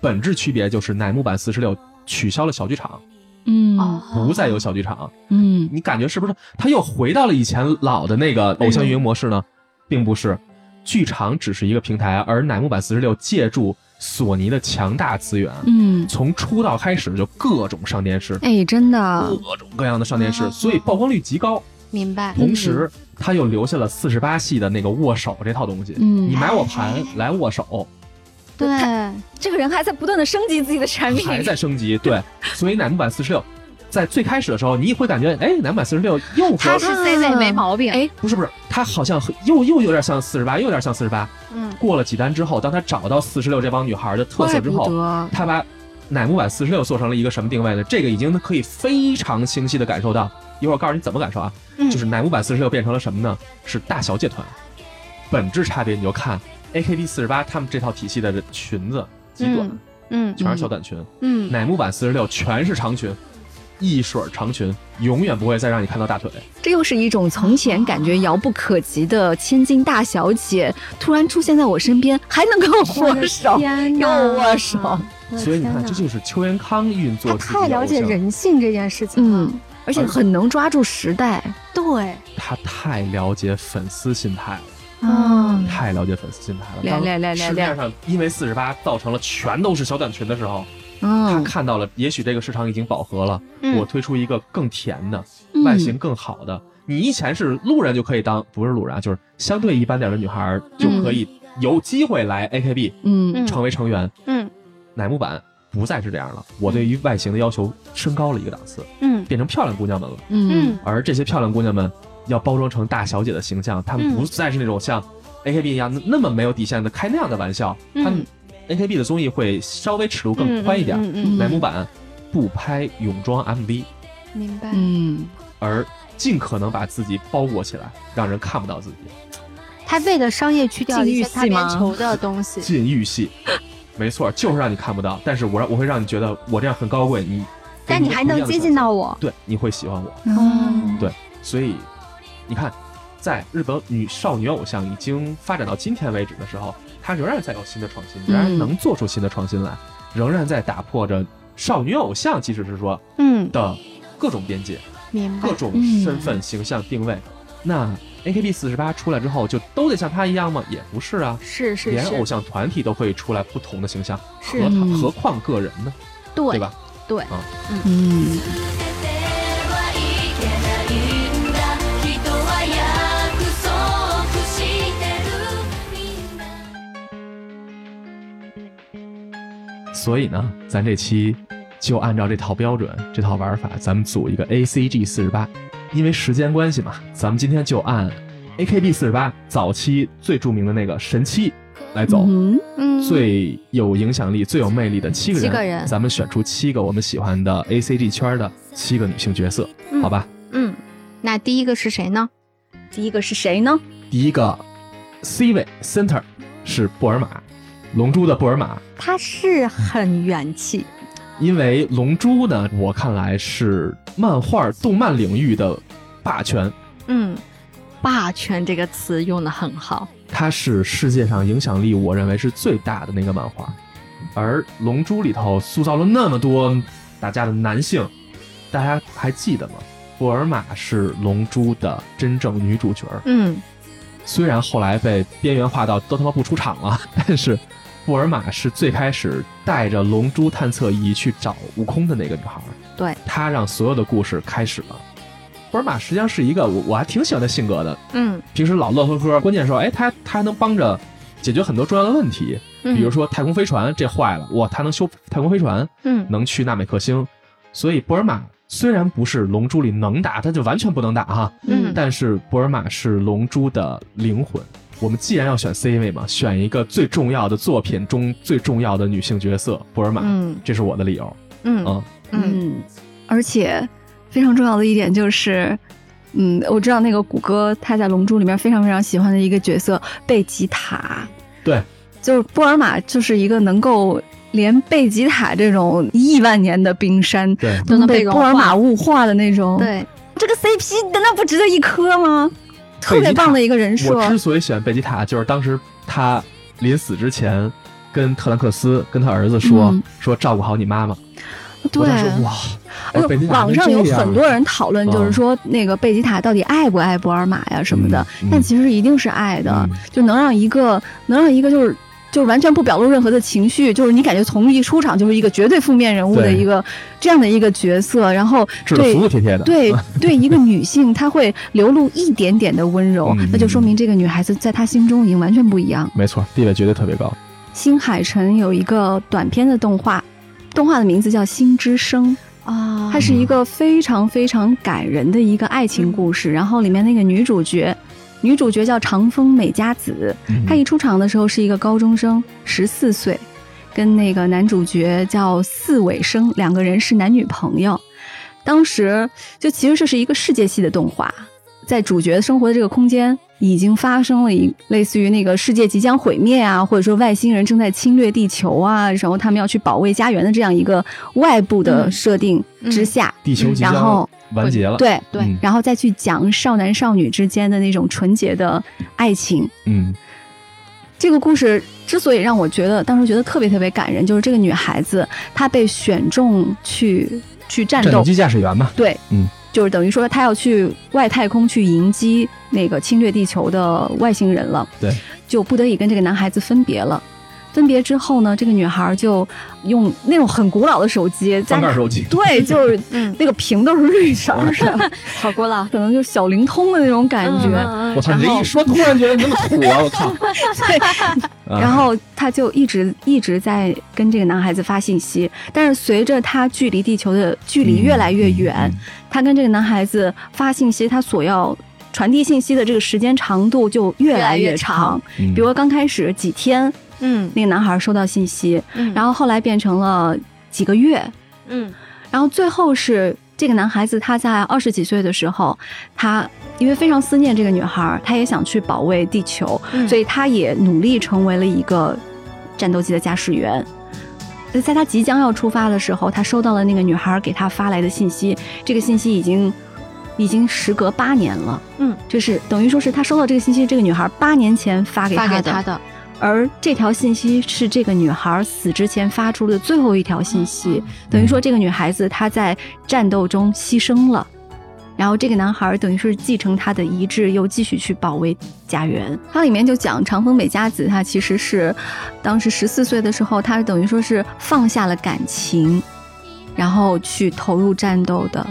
S2: 本质区别就是乃木坂四十六取消了小剧场，
S3: 嗯
S1: 哦
S2: 不再有小剧场。
S3: 嗯
S2: 你感觉是不是他又回到了以前老的那个偶像运营模式呢？并不是，剧场只是一个平台，而乃木坂四十六借助索尼的强大资源，
S3: 嗯，
S2: 从出道开始就各种上电视，
S3: 哎，真的，
S2: 各种各样的上电视，所以曝光率极高。
S1: 明白，嗯
S2: 同时，他又留下了四十八系的那个握手这套东西，
S3: 嗯
S2: 你买我盘来握手，
S1: 对，
S3: 这个人还在不断的升级自己的产品，
S2: 还在升级，对，所以乃木坂四十六，在最开始的时候，你会感觉，哎，乃木坂四十六又和
S1: 他是 C Z 没毛病，
S3: 哎
S2: 不是不是，他好像和又又有点像四十八，又有点像四十八。
S1: 嗯
S2: 过了几单之后，当他找到四十六这帮女孩的特色之
S3: 怪不
S2: 后，
S3: 得
S2: 他把乃木坂四十六做成了一个什么定位呢？这个已经可以非常清晰的感受到。一会儿我告诉你怎么感受啊，
S1: 嗯
S2: 就是乃木坂四十六变成了什么呢？是大小姐团，本质差别你就看 AKB 四十八他们这套体系的裙子极短，
S1: 嗯嗯
S2: 全是小短裙，
S1: 嗯
S2: 乃木坂四十六全是长裙，一水儿长裙，永远不会再让你看到大腿。
S3: 这又是一种从前感觉遥不可及的千金大小姐，突然出现在我身边，还能跟我
S1: 我的
S3: 握手，
S1: 天
S3: 跟
S1: 呐
S3: 我握手。，
S2: 所以你
S1: 我的嗯天呐
S2: 看，这就是邱元康运作
S1: 他
S2: 自己的偶
S1: 太
S2: 像。
S1: 了解人性这件事情了
S3: 嗯，，而且很能抓住时代。
S1: 对，
S2: 他太了解粉丝心态了，
S1: 嗯
S3: 嗯，
S2: 太了解粉丝心态了。
S3: 来
S2: 当
S3: 来来来
S2: 市面上因为四十八造成了全都是小短裙的时候，他
S3: 嗯，
S2: 看到了，也许这个市场已经饱和了，
S1: 嗯
S2: 我推出一个更甜的、
S3: 嗯
S2: 外形更好的。你以前是路人就可以当，不是路人啊，就是相对一般点的女孩儿就可以有机会来 AKB
S3: 嗯
S1: 嗯
S2: 成为成员。
S1: 嗯
S2: 乃木坂不再是这样了，我对于外形的要求升高了一个档次，
S1: 嗯
S2: 变成漂亮姑娘们了。
S3: 嗯
S1: 嗯
S2: 而这些漂亮姑娘们要包装成大小姐的形象，她们
S1: 嗯
S2: 不再是那种像 AKB 一样那么没有底线的开那样的玩笑，
S1: 嗯
S2: 她们 AKB 的综艺会稍微尺度更宽一点。
S1: 嗯嗯，嗯
S3: 嗯
S2: 乃木坂不拍泳装 MV，
S1: 明白，
S3: 嗯，
S2: 而尽可能把自己包裹起来，让人看不到自己。
S1: 他为了商业去掉一些擦
S3: 禁欲系
S1: 边
S3: 吗
S1: 球的东西，
S2: 禁欲系，没错，就是让你看不到，但是我让我会让你觉得我这样很高贵，你
S1: 但你还能接近，到我，
S2: 对，你会喜欢我。
S3: 嗯
S2: 对，所以你看，在日本女少女偶像已经发展到今天为止的时候，它仍然在有新的创新，仍然能做出新的创新来，仍然在打破着少女偶像，即使是说
S1: 嗯，
S2: 的各种边界、
S1: 明白
S2: 各，种身份、形象定位。那 AKB 四十八出来之后，就都得像她一样吗？也不是啊。
S1: 是是
S2: 连偶
S1: 是
S2: 像团体都可以出来不同的形象，
S1: 是
S2: 何谈
S3: 嗯
S2: 何况个人呢？对
S1: 对
S2: 吧？
S1: 对，
S4: 「捨ててはい
S3: 嗯
S4: けないんだ」「人は約束してるみんな」
S2: 所以呢，咱这期就按照这套标准、这套玩法，咱们组一个 A C G 四十八。因为时间关系嘛，咱们今天就按 A K B 四十八早期最著名的那个神七来走，
S3: 嗯
S1: 嗯，
S2: 最有影响力、最有魅力的七个人，
S1: 七个人
S2: 咱们选出七个我们喜欢的 A C G 圈的七个女性角色，
S1: 嗯
S2: 好吧？
S1: 嗯，那第一个是谁呢？
S3: 第一个是谁呢？
S2: 第一个 C 位 Center 是布尔玛，《龙珠》的布尔玛，
S1: 他是很元气，
S2: 因为《龙珠》呢，我看来是漫画、动漫领域的霸权，
S1: 嗯，霸权这个词用的很好，
S2: 它是世界上影响力我认为是最大的那个漫画。而《龙珠》里头塑造了那么多打架的男性，大家还记得吗？布尔玛是《龙珠》的真正女主角儿，
S1: 嗯
S2: 虽然后来被边缘化到都他妈不出场了， 但是布尔玛是最开始带着龙珠探测仪去找悟空的那个女孩。
S1: 对，
S2: 她让所有的故事开始了。布尔玛实际上是一个我我还挺喜欢她性格的，
S1: 嗯
S2: 平时老乐呵呵，关键时候哎她她还能帮着解决很多重要的问题，
S1: 嗯，
S2: 比如说太空飞船这坏了，哇，她能修太空飞船，
S1: 嗯
S2: 能去纳美克星，所以布尔玛虽然不是龙珠里能打，她就完全不能打哈、
S1: 嗯
S2: 但是博尔玛是《龙珠》的灵魂。我们既然要选 C 位嘛，选一个最重要的作品中最重要的女性角色博尔玛，
S1: 嗯
S2: 这是我的理由。
S1: 嗯
S2: 嗯，
S1: 嗯
S3: 嗯，而且非常重要的一点就是，嗯，我知道那个谷歌他在《龙珠》里面非常非常喜欢的一个角色贝吉塔，
S2: 对，
S3: 就是波尔玛就是一个能够连贝吉塔这种亿万年的冰山
S2: 对，
S1: 都能被
S3: 被
S1: 融
S3: 波
S1: 化
S3: 尔玛物化的那种，，
S1: 对，
S3: 这个 CP 难道不值得一磕吗？特
S2: 贝
S3: 别
S2: 吉塔
S3: 棒的一个人设
S2: 我，之所以选贝吉塔，就是当时她临死之前跟特兰克斯跟他儿子说、
S3: 嗯
S2: 说照顾好你妈妈。
S3: 对
S2: 我，当时哇，我
S3: 哎
S2: 说贝吉
S3: 呦，
S2: 塔
S3: 网
S2: 能
S3: 上有
S2: 这样
S3: 很多人讨论，就
S2: 嗯
S3: 是说那个贝吉塔到底爱不爱博尔玛呀什么的，
S2: 嗯嗯
S3: 但其实一定是爱的
S2: 嗯，
S3: 就能让一个能让一个就是就是完全不表露任何的情绪，就是你感觉从一出场就是一个绝对负面人物的
S2: 对
S3: 一个这样的一个角色，然后
S2: 治的
S3: 对
S2: 服服帖帖的。
S3: 对对一个女性，她会流露一点点的温柔
S2: 嗯，
S3: 那就说明这个女孩子在她心中已经完全不一样。
S2: 没错，地位绝对特别高。
S3: 新海诚有一个短片的动画，动画的名字叫《心之声》。
S1: 啊
S3: 哦它是一个非常非常感人的一个爱情故事。然后里面那个女主角，女主
S2: 嗯
S3: 角叫长风美佳子，她一出场的时候是一个高中生，十四岁。跟那个男主角叫四尾生，两个人是男女朋友。当时就其实这是一个世界系的动画，在主角生活的这个空间已经发生了一类似于那个世界即将毁灭啊，或者说外星人正在侵略地球啊，然后他们要去保卫家园的这样一个外部的
S1: 嗯
S3: 设定之
S1: 嗯
S3: 下，
S2: 地球即
S3: 然后
S2: 将完结了，，
S3: 对
S1: 对
S2: 嗯
S3: 然后再去讲少男少女之间的那种纯洁的爱情。
S2: 嗯
S3: 这个故事之所以让我觉得当时觉得特别特别感人，就是这个女孩子她被选中去去战
S2: 战斗
S3: 斗，
S2: 机驾驶员嘛，
S3: 对，
S2: 嗯，
S3: 就是等于说她要去外太空去迎击那个侵略地球的外星人了，
S2: 对，
S3: 就不得已跟这个男孩子分别了。分别之后呢，这个女孩就用那种很古老的手机，在
S2: 翻盖手机，
S3: 对，就是
S1: 嗯，
S3: 那个屏都是绿色儿的，
S1: 好古老，
S3: 可能就是小灵通的那种感觉。
S1: 嗯
S2: 我操，你这一说，突然觉得你那么土 啊！我操，啊
S3: 然后他就一直一直在跟这个男孩子发信息，但是随着他距离地球的距离越来越远，
S2: 嗯嗯
S3: 他跟这个男孩子发信息，他所要传递信息的这个时间长度就越来
S1: 越来
S3: 越
S1: 越
S3: 长。
S1: 长
S2: 嗯
S3: 比如说刚开始几天，
S1: 嗯
S3: 那个男孩收到信息，
S1: 嗯，
S3: 然
S1: 后
S3: 后后来变成了几个月，
S1: 嗯
S3: 然后最后是这个男孩子他在二十几岁的时候，他因为非常思念这个女孩，他也想去保卫地球，
S1: 嗯
S3: 所以他也努力成为了一个战斗机的驾驶员。在他即将要出发的时候，他收到了那个女孩给他发来的信息，这个信息已经已经时隔八年了。
S1: 嗯，
S3: 这是等于说是他收到这个信息，这个女孩八年前发给
S1: 发
S3: 他
S1: 给
S3: 的，
S1: 他的，
S3: 而这条信息是这个女孩死之前发出的最后一条信息，等于说这个女孩子她在战斗中牺牲了，然后这个男孩等于是继承她的遗志，又继续去保卫家园。它里面就讲长风美佳子，她其实是当时十四岁的时候，她等于说是放下了感情，然后去投入战斗的。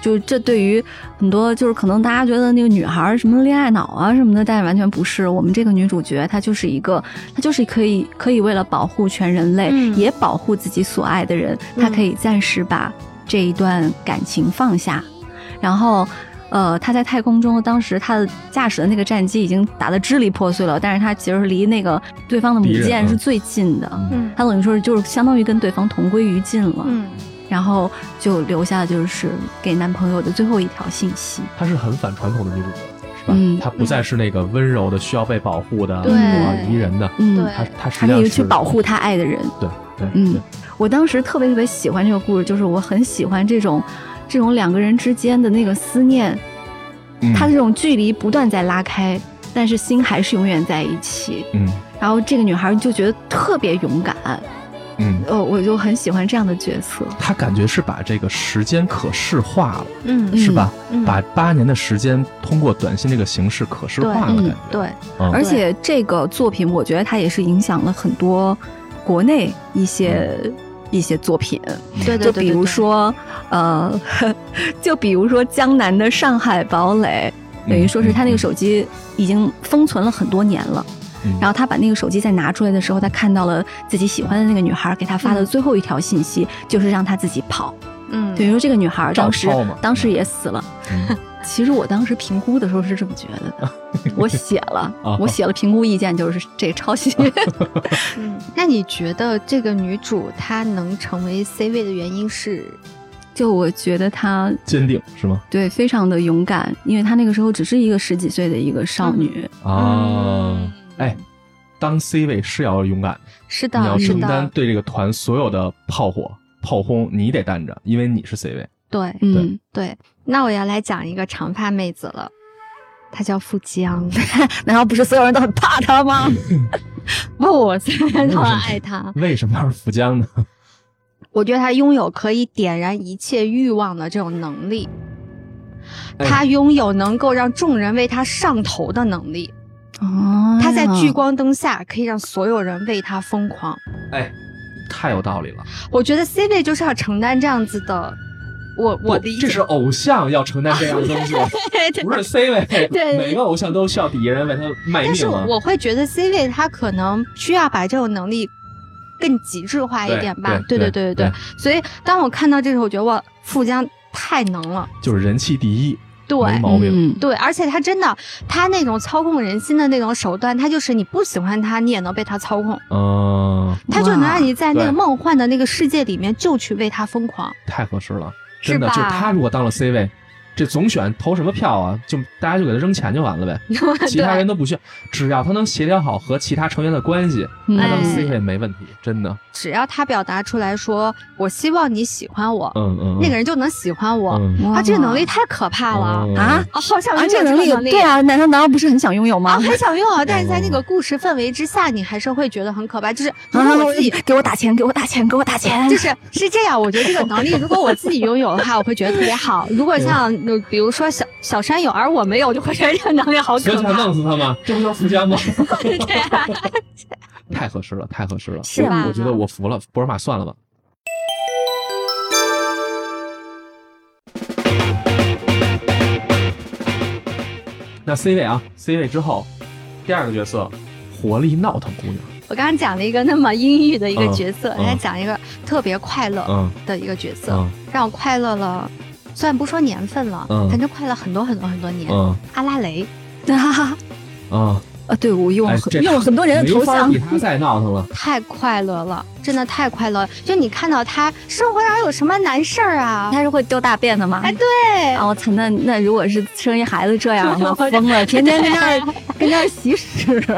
S3: 就是这对于很多就是可能大家觉得那个女孩儿什么恋爱脑啊什么的，但是完全不是。我们这个女主角她就是一个，她就是可以可以为了保护全人类，
S1: 嗯
S3: 也保护自己所爱的人，她
S1: 嗯
S3: 可以暂时把这一段感情放下，然后。呃，她在太空中，当时她的驾驶的那个战机已经打得支离破碎了，但是她其实离那个对方的母
S2: 敌人
S3: 舰
S2: 嗯
S3: 是最近的，
S2: 嗯
S1: 嗯
S3: 她等于说是就是相当于跟对方同归于尽了。
S1: 嗯
S3: 然后就留下的就是给男朋友的最后一条信息。
S2: 她是很反传统的女主角，是吧
S3: 嗯？
S2: 她不再是那个温柔的、需要被保护的、
S1: 对
S2: 啊宜人的，
S3: 嗯，
S1: 对
S2: 她她实际
S3: 他可
S2: 上
S3: 以
S2: 是
S3: 去保护他爱的人。
S2: 对对，
S3: 嗯
S2: 对，
S3: 我当时特别特别喜欢这个故事，就是我很喜欢这种这种两个人之间的那个思念，
S2: 嗯
S3: 他这种距离不断在拉开，但是心还是永远在一起。
S2: 嗯
S3: 然后这个女孩就觉得特别勇敢，
S2: 嗯，
S3: 呃，我就很喜欢这样的角色。
S2: 她感觉是把这个时间可视化了，
S1: 嗯
S2: 是吧？
S1: 嗯
S2: 把八年的时间通过短信这个形式可视化了，
S3: 对嗯
S2: 感觉。
S1: 对，
S2: 嗯
S3: 而且这个作品，我觉得它也是影响了很多国内一些、
S2: 嗯
S3: 一些作品。
S1: 嗯对对对，
S3: 就比如
S1: 对，
S3: 说，呃， 就比如说江南的上海堡垒，
S2: 嗯
S3: 等于说是他那个手机已经封存了很多年了。
S2: 嗯
S3: 然后他把那个手机再拿出来的时候，他看到了自己喜欢的那个女孩给他发的
S1: 嗯
S3: 最后一条信息，就是让他自己跑。
S1: 嗯
S3: 等于说这个女孩当时
S2: 照抄嘛
S3: 当时也死了。
S2: 嗯
S3: 其实我当时评估的时候是这么觉得 的，我写了
S2: 啊，
S3: 我写了评估意见，就是这个抄袭。
S1: 嗯，那你觉得这个女主她能成为 C 位的原因是？
S3: 就我觉得她
S2: 坚定 是吗？
S3: 对非常的勇敢，因为她那个时候只是一个十几岁的一个少女。
S2: 啊
S1: 嗯，
S2: 哎，当 C 位是要勇敢的。
S1: 是
S2: 你要
S1: 的，是
S2: 承担
S1: 的，
S2: 对这个团所有的炮火、炮轰，你得担着，因为你是 C 位。
S1: 对
S3: 嗯，
S1: 对。那我要来讲一个长发妹子了，她叫富江。
S3: 难道不是所有人都很怕她吗？
S1: 不，我虽然特爱她，
S2: 为什么要是福江呢？
S1: 我觉得她拥有可以点燃一切欲望的这种能力，
S2: 哎
S1: 她拥有能够让众人为她上头的能力，
S3: 哦
S1: 她在聚光灯下可以让所有人为她疯狂。
S2: 哎，太有道理了。
S1: 我觉得 C 位就是要承担这样子的，我我理解
S2: 这是 偶像要承担这样的东西，不是 C 位。
S1: 对
S2: 每个偶像都需要别人为他卖
S1: 但是
S2: 命啊。
S1: 我会觉得 C 位他可能需要把这种能力更极致化一点吧。
S2: 对
S1: 对对
S2: 对对
S1: 对。所以当我看到这时候，我觉得哇，富江太能了。
S2: 就是人气第一，
S1: 对
S2: 没毛病。
S3: 嗯
S1: 对，而且他真的，他那种操控人心的那种手段，他就是你不喜欢他，你也能被他操控，
S2: 嗯，
S1: 他就能
S3: 哇
S1: 让你在那
S2: 对
S1: 个梦幻的那个世界里面就去为他疯狂。
S2: 太合适了，
S1: 是
S2: 真的。
S1: 吧
S2: 就是他如果当了 C 位，这总选投什么票啊？就大家就给他扔钱就完 了呗，其他人都不需要，只要他能协调好和其他成员的关系，
S3: 嗯
S2: 他当
S1: 哎
S2: C 位没问题，真的。
S1: 只要他表达出来说“我希望你喜欢我”，
S2: 嗯嗯，
S1: 那个人就能喜欢我。
S2: 嗯
S1: 啊，这个能力太可怕了、
S2: 嗯
S3: 啊
S1: 啊！好想
S3: 啊，
S1: 拥有
S3: 这
S1: 这
S3: 个能
S1: 个
S3: 力
S1: 能力，
S3: 对啊，难道难道不是很想拥有
S1: 啊，
S3: 吗？
S1: 很想拥有，但是在那
S2: 嗯
S1: 个故事氛围之下，你还是会觉得很可怕。就是如
S3: 啊
S1: 果我自己，，
S3: 给我打钱，给我打钱，给我打钱！
S1: 就是是这样，我觉得这个能力，如果我自己拥有的话，我会觉得特别好。如果像呃比如说小小山有，而我没有，我就会觉得这个能力好
S2: 所以
S1: 可
S2: 才
S1: 怕，
S2: 弄死他嘛，这不就是富坚吗？
S1: 对啊
S2: 太合适了，太合适了，
S1: 是吧
S2: 我我觉得我服了，博尔玛算了吧。那 C 位啊，C 位之后，第二个角色，活力闹腾姑娘。
S1: 我刚刚讲了一个那么阴郁的一个角色，
S2: 嗯
S1: 人家讲一个特别快乐
S2: 嗯
S1: 的一个角色，
S2: 嗯
S1: 让我快乐了。虽然不说年份了，
S2: 嗯
S1: 反正快乐很多很多很多年。
S2: 嗯
S1: 阿拉蕾，
S3: 啊，
S2: 嗯，
S3: 对，我用
S2: 哎
S3: 了，
S2: 这
S3: 用了很多人的头
S2: 没法
S3: 像
S2: 比，他再闹腾了。
S1: 太快乐了，真的太快乐了！就你看到他生活上有什么难事儿啊？
S3: 他是会丢大便的吗？
S1: 哎，对，
S3: 啊，我操！那那如果是生一孩子这样， 我疯了，天天在那儿 跟那儿洗屎。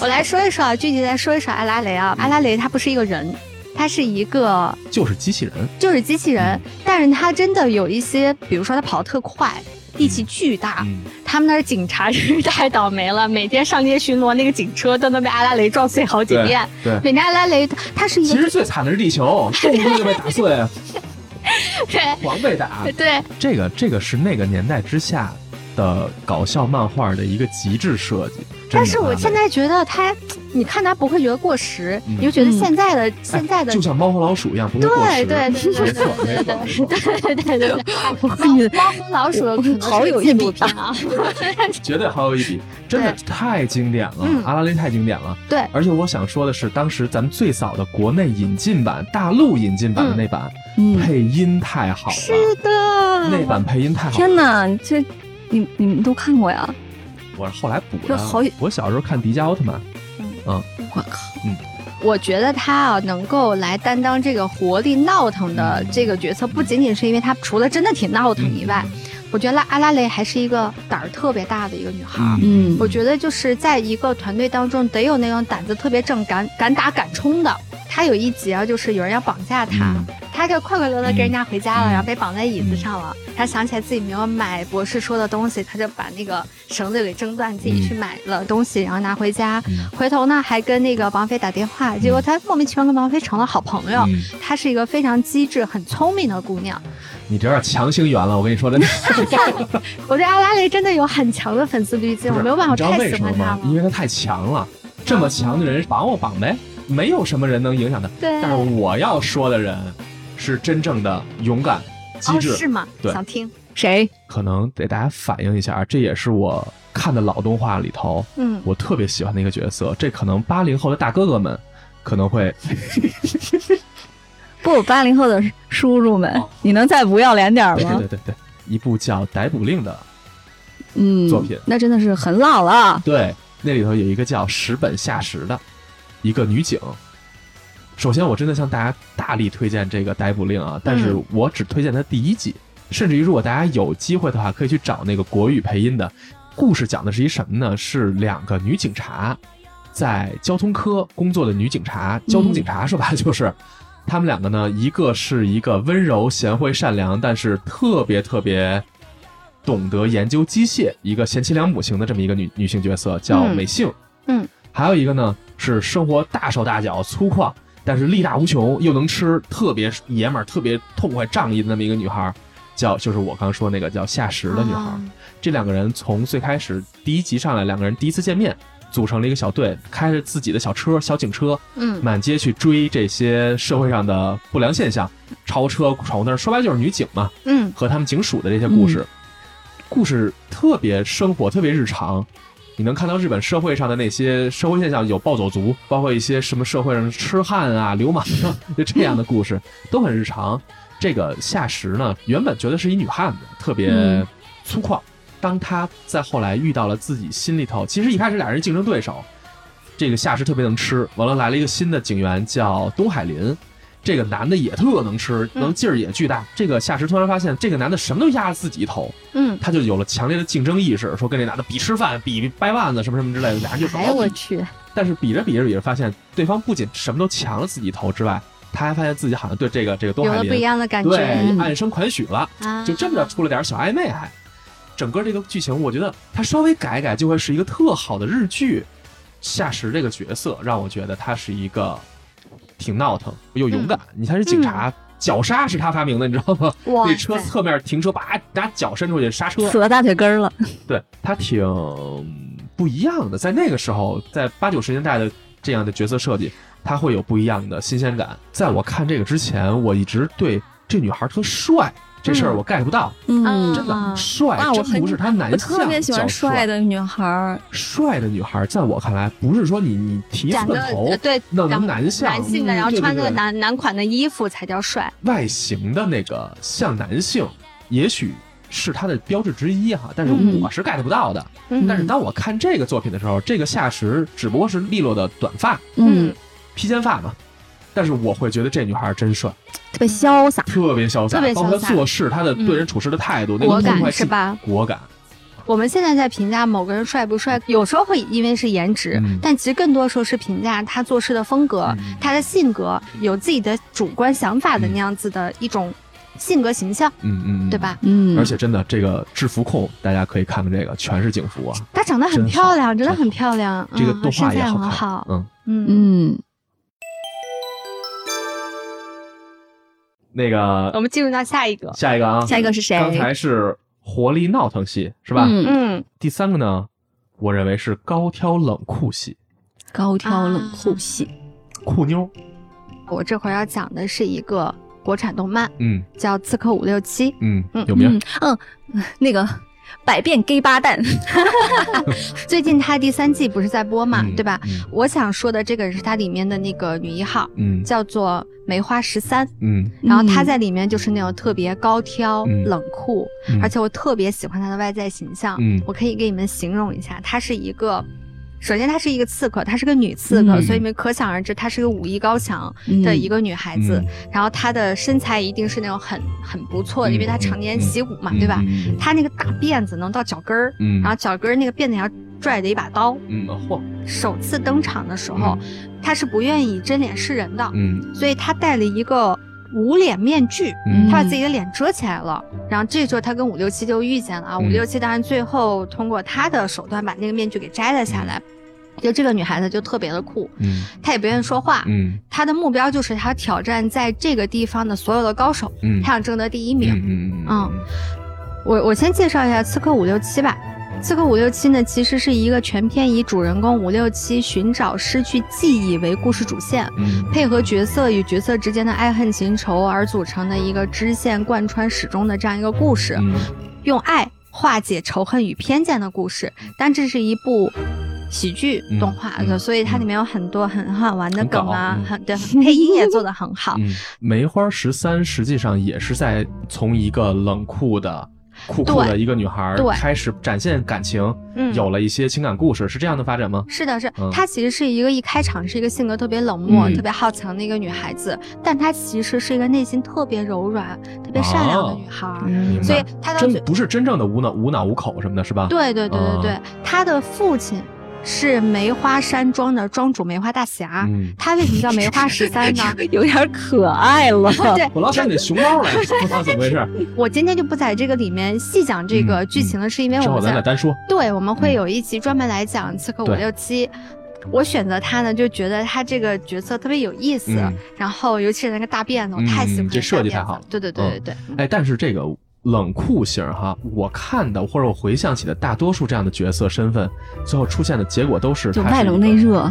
S1: 我来说一说啊，具体来说一说阿拉蕾啊。阿拉蕾她不是一个人，她是一个
S2: 就是机器人，
S1: 就是机器人，
S2: 嗯
S1: 但是她真的有一些，比如说她跑得特快，力气巨大。
S2: 嗯，
S1: 他们那儿警察真是太倒霉了，每天上街巡逻，那个警车都能被阿拉蕾撞碎好几
S2: 对
S1: 遍。
S2: 对。
S1: 每天阿拉蕾她她是一
S2: 其
S1: 个
S2: 实最惨的是地球，动不动就被打碎， 狂被 打
S1: 对。对
S2: 这个这个是那个年代之下的搞笑漫画的一个极致设计。真的啊
S1: 但是我现在觉得他，你看他不会觉得过时，
S2: 嗯
S1: 你就觉得
S3: 嗯
S1: 现在的、
S2: 哎
S1: 现在的
S2: 就像猫和老鼠一样，不会过
S1: 对对对对
S2: 时。没
S1: 对
S2: 错没
S1: 对对
S2: 错没错，
S1: 对对对
S3: 我跟你
S1: 对， 猫和老鼠可能
S3: 好
S1: 是
S3: 有
S1: 纪
S3: 一
S1: 录
S3: 比
S1: 片啊，
S2: 绝对好有一比，真的太经典了
S1: 嗯，
S2: 阿拉蕾太经典了。
S1: 对
S2: 而且我想说的是，当时咱们最早的国内引进版、大陆引进版的那版
S3: 嗯，
S2: 配音太好
S1: 是
S2: 了，
S1: 的，
S2: 那版配音太好了。
S3: 天哪，这你你们都看过呀？
S2: 我是后来补
S3: 这
S2: 的啊
S3: 好有。
S2: 我小时候看迪迦奥特曼，
S3: 我靠！
S1: 我觉得他啊，能够来担当这个活力闹腾
S2: 嗯
S1: 的这个角色，不仅仅是因为他除了真的挺闹腾以外，
S2: 嗯
S1: 我觉得阿拉蕾还是一个胆儿特别大的一个女孩。儿。
S3: 嗯
S1: 我觉得就是在一个团队当中，得有那种胆子特别正、敢敢打敢冲的。她有一集啊，就是有人要绑架她，
S2: 嗯
S1: 她就快快乐乐跟人家回家了，
S2: 嗯
S1: 然后被绑在椅子上了。她想起来自己没有买博士说的东西，她就把那个绳子给挣断，自己去买了东西，然后拿回家。
S2: 嗯
S1: 回头呢，还跟那个王菲打电话，结果她莫名其妙跟王菲成了好朋友。
S2: 嗯
S1: 她是一个非常机智、很聪明的姑娘。
S2: 你这有点强行圆了，我跟你 说，真的。
S1: 我对阿拉蕾真的有很强的粉丝滤镜，
S2: 不
S1: 我
S2: 是
S1: 没有办法
S2: 你知道
S1: 太
S2: 为
S1: 喜
S2: 什么
S1: 欢她
S2: 吗
S1: 了？。
S2: 因为他太强了，这么强的人绑我绑呗，没有什么人能影响他。
S1: 对，
S2: 但是我要说的人是真正的勇敢、机
S1: 哦，
S2: 智。
S1: 是吗？
S2: 对
S1: 想听。
S3: 谁？
S2: 可能得大家反映一下，这也是我看的老动画里头
S1: 嗯，
S2: 我特别喜欢的一个角色。这可能八零后的大哥哥们可能会
S3: 不，八零后的叔叔们，你能再不要脸点儿
S2: 哦对
S3: 吗
S2: 对？对对，一部叫《逮捕令》的，
S3: 嗯，
S2: 作品
S3: 那真的是很老了。
S2: 对，那里头有一个叫石本夏实的一个女警。首先，我真的向大家大力推荐这个《逮捕令》啊，但是我只推荐它第一季，甚至于如果大家有机会的话，可以去找那个国语配音的。故事讲的是一什么呢？是两个女警察，在交通科工作的女警察，交通警察说白了就是，她们两个呢，一个是一个温柔、贤惠、善良，但是特别特别懂得研究机械，一个贤妻良母型的这么一个女女性角色，叫
S1: 嗯
S2: 美幸。
S1: 嗯
S2: 还有一个呢是生活大手大脚、粗犷，但是力大无穷，又能吃，特别爷们儿、特别痛快、仗义的那么一个女孩儿，叫就是我刚说那个叫夏实的女孩儿。
S1: 啊
S2: 这两个人从最开始第一集上来，两个人第一次见面，组成了一个小队，开着自己的小车、小警车，
S1: 嗯
S2: 满街去追这些社会上的不良现象，超车、闯红灯，说白了就是女警嘛。
S1: 嗯
S2: 和他们警署的这些故事，故事特别生活，特别日常。你能看到日本社会上的那些社会现象，有暴走族， 包括一些什么社会上的痴汉啊、流氓啊，就这样的故事都很日常。这个夏实呢，原本觉得是一女汉子，特别
S3: 嗯
S2: 粗犷。当她在后来遇到了自己心里头，其实一开始俩人竞争对手，这个夏实特别能吃，完了来了一个新的警员叫东海林，这个男的也特能吃，
S1: 嗯
S2: 能劲儿也巨大。这个夏实突然发现，这个男的什么都压着自己头，
S1: 嗯，
S2: 他就有了强烈的竞争意识，说跟这男的比吃饭、比掰腕子什么什么之类的，俩人就
S3: 哎，我去，
S2: 但是比着比着比着，发现对方不仅什么都抢了自己头之外，他还发现自己好像对这个这个东
S1: 有
S2: 海
S1: 了不一
S2: 林
S1: 样的感
S2: 对
S1: 觉，嗯
S2: 暗生款许了，
S1: 啊
S2: 就这么着出了点小暧昧还。整个这个剧情，我觉得他稍微改一改就会是一个特好的日剧。夏实这个角色让我觉得他是一个挺闹腾又勇敢，你看是警察。绞杀是他发明的，你知道吗？
S1: 嗯哇
S2: 那车
S1: 塞
S2: 侧面停车，叭拿脚伸出去刹车，
S3: 死了大腿根
S2: 啊
S3: 儿了。
S2: 对他挺不一样的，在那个时候，在八九十年代的这样的角色设计，他会有不一样的新鲜感。在我看这个之前，我一直对这女孩特帅这事儿我 get 不到，
S3: 嗯，
S2: 真的
S1: 啊
S2: 帅
S3: 那我
S2: 真不
S3: 很
S2: 是他男
S3: 我
S2: 相，
S3: 特别喜欢
S2: 叫
S3: 帅
S2: 帅
S3: 的女孩儿，
S2: 帅的女孩，在我看来，不是说你你提寸
S1: 长得
S2: 头
S1: 呃对
S2: 弄成
S1: 长
S2: 男相，嗯
S1: 男性的，然后
S2: 对对
S1: 穿
S2: 对
S1: 着男男款的衣服才叫帅。
S2: 外形的那个像男性，也许是他的标志之一哈、但是
S3: 嗯
S2: 我是 get 不到的。
S1: 嗯
S2: 但是当我看这个作品的时候，这个夏实只不过是利落的短发、
S3: 嗯，
S2: 披肩发嘛，但是我会觉得这女孩真帅，
S3: 特别潇洒。
S2: 特别潇洒，
S1: 特别潇
S2: 包
S1: 洒嗯
S2: 括她做事，她的对人处事的态度，那个
S1: 果敢
S2: 痛快劲
S1: 是吧？
S2: 果敢，
S1: 我们现在在评价某个人帅不帅，有时候会因为是颜值，
S2: 嗯
S1: 但其实更多时候是评价他做事的风格、
S2: 嗯
S1: 他的性格，有自己的主观想法的那样子的一种性格形象，
S2: 嗯嗯，嗯
S1: 对？吧？
S3: 嗯，
S2: 而且真的，这个制服控，大家可以看看这个，全是警服啊，
S1: 她长得很
S2: 真好
S1: 漂亮，真的
S2: 真好
S1: 很漂亮，
S2: 这个
S1: 嗯
S2: 动画
S1: 身
S2: 也
S1: 材
S2: 好
S1: 很
S2: 看，
S1: 好，
S2: 嗯。
S1: 嗯
S3: 嗯，
S2: 那
S1: 我
S2: 个
S1: 们进入到下一个，
S2: 下一个啊，
S3: 下一个是谁？
S2: 刚才是活力闹腾系是吧？
S3: 嗯，
S1: 嗯，
S2: 第三个呢，我认为是高挑冷酷系，
S3: 高挑冷酷系。
S2: 酷妞。
S1: 我这会儿要讲的是一个国产动漫，
S2: 嗯
S1: 叫《刺客伍六七》，
S2: 嗯
S1: 嗯，
S2: 有名儿。
S3: 嗯嗯，那个百变 gay 八蛋。
S1: 最近它第三季不是在播嘛，
S2: 嗯
S1: 对吧？？
S2: 嗯
S1: 我想说的这个是它里面的那个女一号，
S2: 嗯
S1: 叫做梅花十三，
S2: 嗯
S1: 然后她在里面就是那种特别高挑、
S2: 嗯
S1: 冷酷，
S2: 嗯
S1: 而且我特别喜欢她的外在形象。
S2: 嗯
S1: 我可以给你们形容一下，她是一个，首先她是一个刺客，她是个女刺客，
S2: 嗯
S1: 所以你们可想而知，她是个武艺高强
S3: 嗯
S1: 的一个女孩子。
S2: 嗯
S1: 然后她的身材一定是那种很很不错的，
S2: 嗯
S1: 因为她常年习武嘛，对吧？？
S2: 嗯
S1: 她那个大辫子能到脚跟儿，
S2: 嗯，
S1: 然后脚跟儿那个辫子上拽着一把刀。
S2: 嗯嚯，
S1: 首次登场的时候，她是不愿意真脸示人的，
S2: 嗯
S1: 所以她戴了一个无脸面具，
S2: 嗯
S1: 她把自己的脸遮起来了。然后这时候她跟五六七就遇见了啊，
S2: 嗯
S1: 五六七当然最后通过她的手段把那个面具给摘了下来。就这个女孩子就特别的酷，
S2: 嗯
S1: 她也不愿意说话，
S2: 嗯
S1: 她的目标就是她要挑战在这个地方的所有的高手，
S2: 嗯，
S1: 她想争得第一名。
S2: 嗯嗯
S1: 我我先介绍一下《刺客伍六七》吧。《刺客伍六七》呢，其实是一个全篇以主人公伍六七寻找失去记忆为故事主线，
S2: 嗯
S1: 配合角色与角色之间的爱恨情仇而组成的一个支线贯穿始终的这样一个故事，
S2: 嗯
S1: 用爱化解仇恨与偏见的故事。但这是一部。喜剧
S2: 嗯
S1: 动画，
S2: 嗯
S1: 所以它里面有很多很好玩的
S2: 很搞
S1: 梗啊
S2: 嗯，
S1: 很对，配音也做得很好。
S2: 嗯，梅花十三实际上也是在从一个冷酷的。酷酷的一个女孩开始展现感情，
S1: 嗯，
S2: 有了一些情感故事，是这样的发展吗？
S1: 是的是，
S2: 嗯
S1: 她其实是一个一开场是一个性格特别冷漠、
S2: 嗯
S1: 特别好强的一个女孩子，但她其实是一个内心特别柔软、特别善良的女孩儿。
S3: 嗯
S1: 所以她到
S2: 哦真
S1: 最
S2: 不是真正的无脑无脑无口什么的，是吧？，
S1: 对对对对对，
S2: 啊
S1: 她的父亲是梅花山庄的庄主梅花大侠。
S2: 嗯，
S1: 她为什么叫梅花十三 呢？
S3: 有点可爱了。
S1: 对
S2: 我老想给熊猫来，不知道怎么回事。
S1: 我今天就不在这个里面细讲这个
S2: 嗯
S1: 剧情了，是因为
S2: 之
S1: 我
S2: 后
S1: 们
S2: 咱
S1: 在
S2: 俩单说。
S1: 对，我们会
S2: 嗯
S1: 有一集专门来讲《刺客伍
S2: 对
S1: 六七》。我选择他呢，就觉得他这个角色特别有意思，
S2: 嗯
S1: 然后尤其是那个大辫子，我
S2: 嗯
S1: 太喜欢、
S2: 这设计太好了
S1: 对对对对对，
S2: 哎，但是这个冷酷型儿哈，我看的或者我回想起的大多数这样的角色身份，最后出现的结果都是
S3: 就
S2: 他是
S3: 外
S2: 一个
S3: 冷内，热，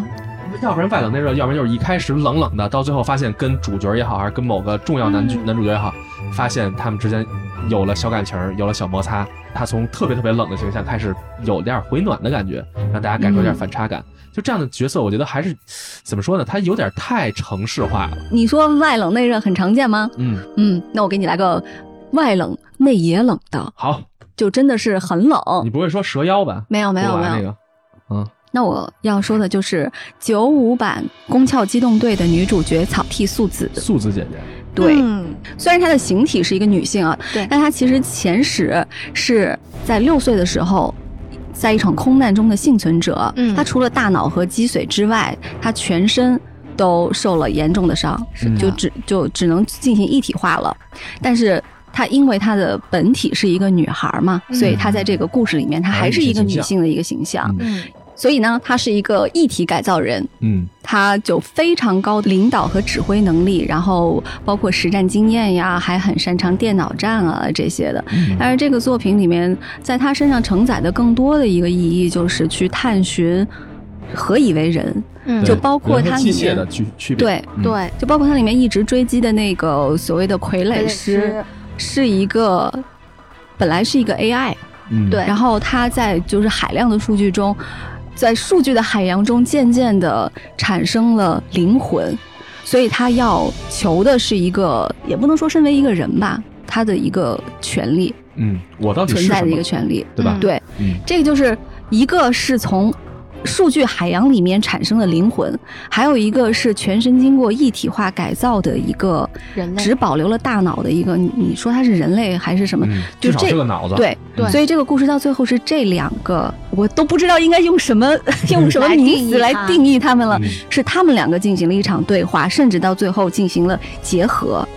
S2: 要不然外冷内热，要不然就是一开始冷冷的，到最后发现跟主角也好，还是跟某个重要男主、
S1: 嗯
S2: 男主角也好，发现他们之间有了小感情儿，有了小摩擦，他从特别特别冷的形象开始有点回暖的感觉，让大家感受一下反差感。就这样的角色，我觉得还是怎么说呢？他有点太城市化了。
S3: 你说外冷内热很常见吗？
S2: 嗯，
S3: 嗯，那我给你来个外冷内也冷的，
S2: 好，
S3: 就真的是很冷。
S2: 你不会说蛇妖吧？
S3: 没有没有
S2: 古
S3: 没
S2: 玩
S3: 有，
S2: 那个，嗯，
S3: 那我要说的就是九五版《宫壳机动队》的女主角草剃素子。
S2: 素子姐姐，
S3: 对，
S1: 嗯
S3: 虽然她的形体是一个女性啊，
S1: 对
S3: 但她其实前史是在六岁的时候。在一场空难中的幸存者，
S1: 嗯
S3: 她除了大脑和脊髓之外，她全身都受了严重的伤，
S2: 是啊的
S3: 就只就只能进行一体化了。但是她因为她的本体是一个女孩嘛，
S1: 嗯
S3: 所以她在这个故事里面，她
S2: 还是
S3: 还是一个
S2: 女性
S3: 女
S2: 形象
S3: 性的一个形象。
S2: 嗯
S1: 嗯
S3: 所以呢，她是一个一体改造人，
S2: 嗯
S3: 他就非常高的领导和指挥能力，然后包括实战经验呀，还很擅长电脑战啊这些的。
S2: 嗯
S3: 但是这个作品里面，在他身上承载的更多的一个意义，就是去探寻何以为人，
S1: 嗯，
S3: 就
S2: 哎对
S3: 包括
S2: 人和
S3: 它
S2: 机
S3: 里
S2: 械
S3: 面
S2: 的区区别，
S3: 对
S2: 嗯，
S1: 对，
S3: 就包括他里面一直追击的那个所谓的傀儡师，是一个本来是一个 AI，
S2: 嗯
S1: 对
S3: 然后它在就是海量的数据中，在数据的海洋中渐渐的产生了灵魂，所以它要求的是一个，也不能说身为一个人吧，他的一个权利，
S2: 嗯，我到底是
S3: 存在
S2: 什
S3: 的一
S2: 么
S3: 个？权利。
S2: 对吧？
S1: 嗯
S3: 对，
S2: 嗯
S3: 这个就是一个是从。数据海洋里面产生的灵魂，还有一个是全身经过一体化改造的一个
S1: 人类
S3: 只保留了大脑的一个，你你说它是人类还是什么？
S2: 嗯，
S3: 就
S2: 至少
S3: 这
S2: 是个脑子，
S3: 对
S1: 对
S3: 所以这个故事到最后是这两个，我都不知道应该用 什么用什么名词
S1: 来定义它
S3: 来定义他们了
S2: 嗯，
S3: 是他们两个进行了一场对话，甚至到最后进行了结合。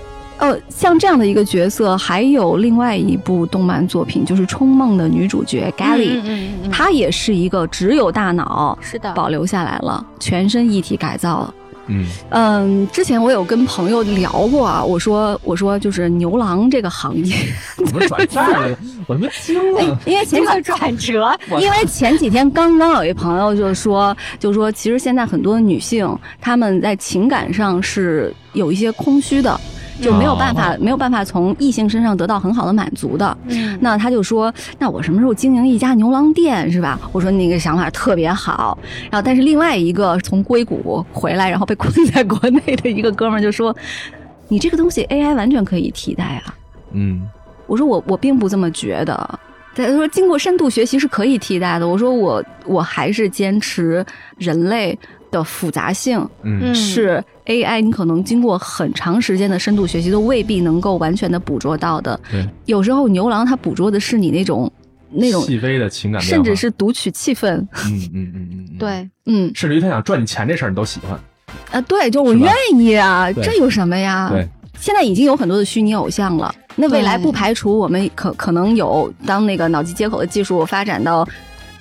S3: 呃，像这样的一个角色，还有另外一部动漫作品，就是《冲梦》的女主角 Gally，、
S1: 嗯嗯嗯嗯，
S3: 她也是一个只有大脑
S1: 是的，
S3: 保留下来了，全身一体改造了。
S2: 嗯
S3: 嗯，之前我有跟朋友聊过啊，我说我说就是牛郎这个行业，
S2: 怎么转这儿了？我他妈惊了！
S3: 因为前
S1: 个嗯 转折，
S2: 我
S3: 因为前几天刚刚有一朋友就说，就说其实现在很多女性她们在情感上是有一些空虚的，就没有办
S1: 哦
S3: 法、没有办法从异性身上得到很好的满足的。
S1: 嗯，
S3: 那他就说，那我什么时候经营一家牛郎店是吧？我说那个想法特别好。然后，但是另外一个从硅谷回来，然后被困在国内的一个哥们儿就说，你这个东西 AI 完全可以替代啊。
S2: 嗯
S3: 我说我我并不这么觉得。他说经过深度学习是可以替代的。我说我我还是坚持人类的复杂性
S2: 嗯
S3: 是 AI，你可能经过很长时间的深度学习都未必能够完全的捕捉到的。
S2: 对，
S3: 有时候牛郎他捕捉的是你那种那种，
S2: 细微的情感变
S3: 甚
S2: 化，
S3: 至是读取气氛。
S2: 嗯嗯嗯嗯嗯，
S1: 对，
S3: 嗯
S2: 甚至于他想赚你钱这事儿你都喜欢，
S3: 啊，对，就我
S2: 是吧
S3: 愿意啊，
S2: 对
S3: 这有什么呀？
S2: 对，
S3: 现在已经有很多的虚拟偶像了，那未来
S1: 对
S3: 不排除我们可可能有当那个脑机接口的技术发展到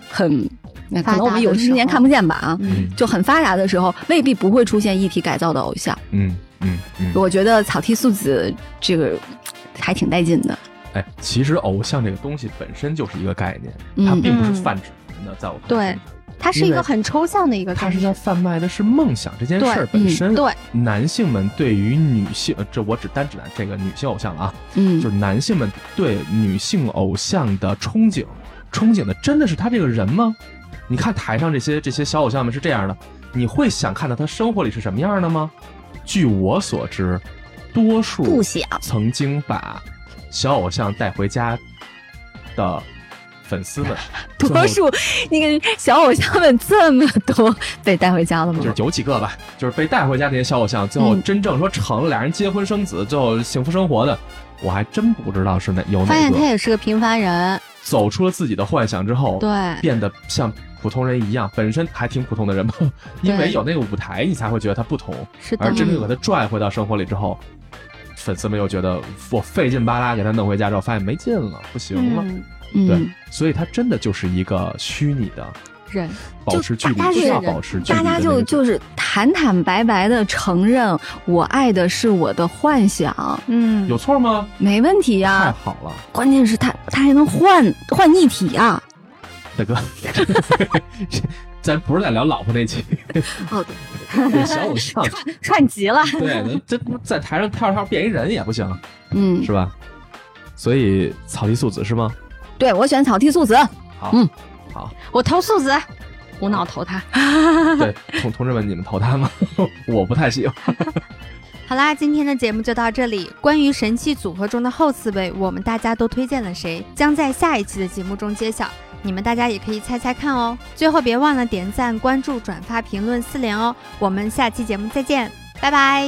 S3: 很，那可能我们有
S1: 发达的时候
S3: 生之年看不见吧啊，
S1: 嗯
S3: 就很发达的时候，未必不会出现一体改造的偶像。
S2: 嗯嗯嗯。
S3: 我觉得草剃素子这个还挺带劲的，
S2: 哎，其实偶像这个东西本身就是一个概念，
S3: 嗯
S2: 它并不是泛指人的，在我看来，
S1: 对，它是一个很抽象的一个
S2: 它
S1: 概
S2: 是在
S1: 念，
S2: 贩卖的是梦想这件事儿
S3: 对
S2: 本身。
S1: 对，
S2: 男性们对于女性，呃这我只单指男这个女性偶像了啊，
S3: 嗯
S2: 就是男性们对女性偶像的憧憬，憧憬的真的是他这个人吗？你看台上这些这些小偶像们是这样的，你会想看到他生活里是什么样的吗？据我所知，多数
S3: 不想
S2: 曾经把小偶像带回家的粉丝们，最
S3: 多
S2: 后
S3: 数那个小偶像们这么多被带回家了吗
S2: 就？是有几个吧，就是被带回家那些小偶像，最后
S3: 嗯
S2: 真正说成了，俩人结婚生子，最后幸福生活的，我还真不知道是哪有
S1: 发
S2: 哪
S1: 现他
S2: 个
S1: 也是个平凡人，
S2: 走出了自己的幻想之后，
S1: 对，
S2: 变得像普通人一样，本身还挺普通的人吧，因为有那个舞台，你才会觉得他不同，
S1: 是的
S2: 而，真正把他拽回到生活里之后。粉丝们又觉得我费劲巴拉给他弄回家之后，发现没劲了，不行了，
S1: 嗯，
S3: 嗯
S2: 对，所以他真的就是一个虚拟的，
S1: 人，
S2: 保持距离，
S3: 大家
S2: 需要
S1: 是
S2: 保持距离的
S3: 大
S2: 那
S3: 家
S2: 个
S3: 就
S2: 距离
S3: 就是坦坦白白的承认，我爱的是我的幻想，
S1: 嗯，
S2: 有错吗？
S3: 没问题呀、
S2: 太好了，
S3: 关键是他他还能换换一体啊！
S2: 大哥，这 咱不是在聊老婆那期，
S3: 哦，
S2: 对，小偶像，
S3: 串急了。
S2: 对，这在台上跳着跳变一人也不行，
S3: 嗯
S2: 是，吧？所以草地素子是吗？
S3: 对我选草剃素子，
S2: 好，
S3: 嗯
S2: 好，
S1: 我投素子，无脑投他。
S2: 对，同同志们，你们投他吗？ 我不太喜欢。
S1: 好啦，今天的节目就到这里。关于神器组合中的后四位，我们大家都推荐了谁，将在下一期的节目中揭晓。你们大家也可以猜猜看哦。最后别忘了点赞、关注、转发、评论四连哦。我们下期节目再见，拜拜。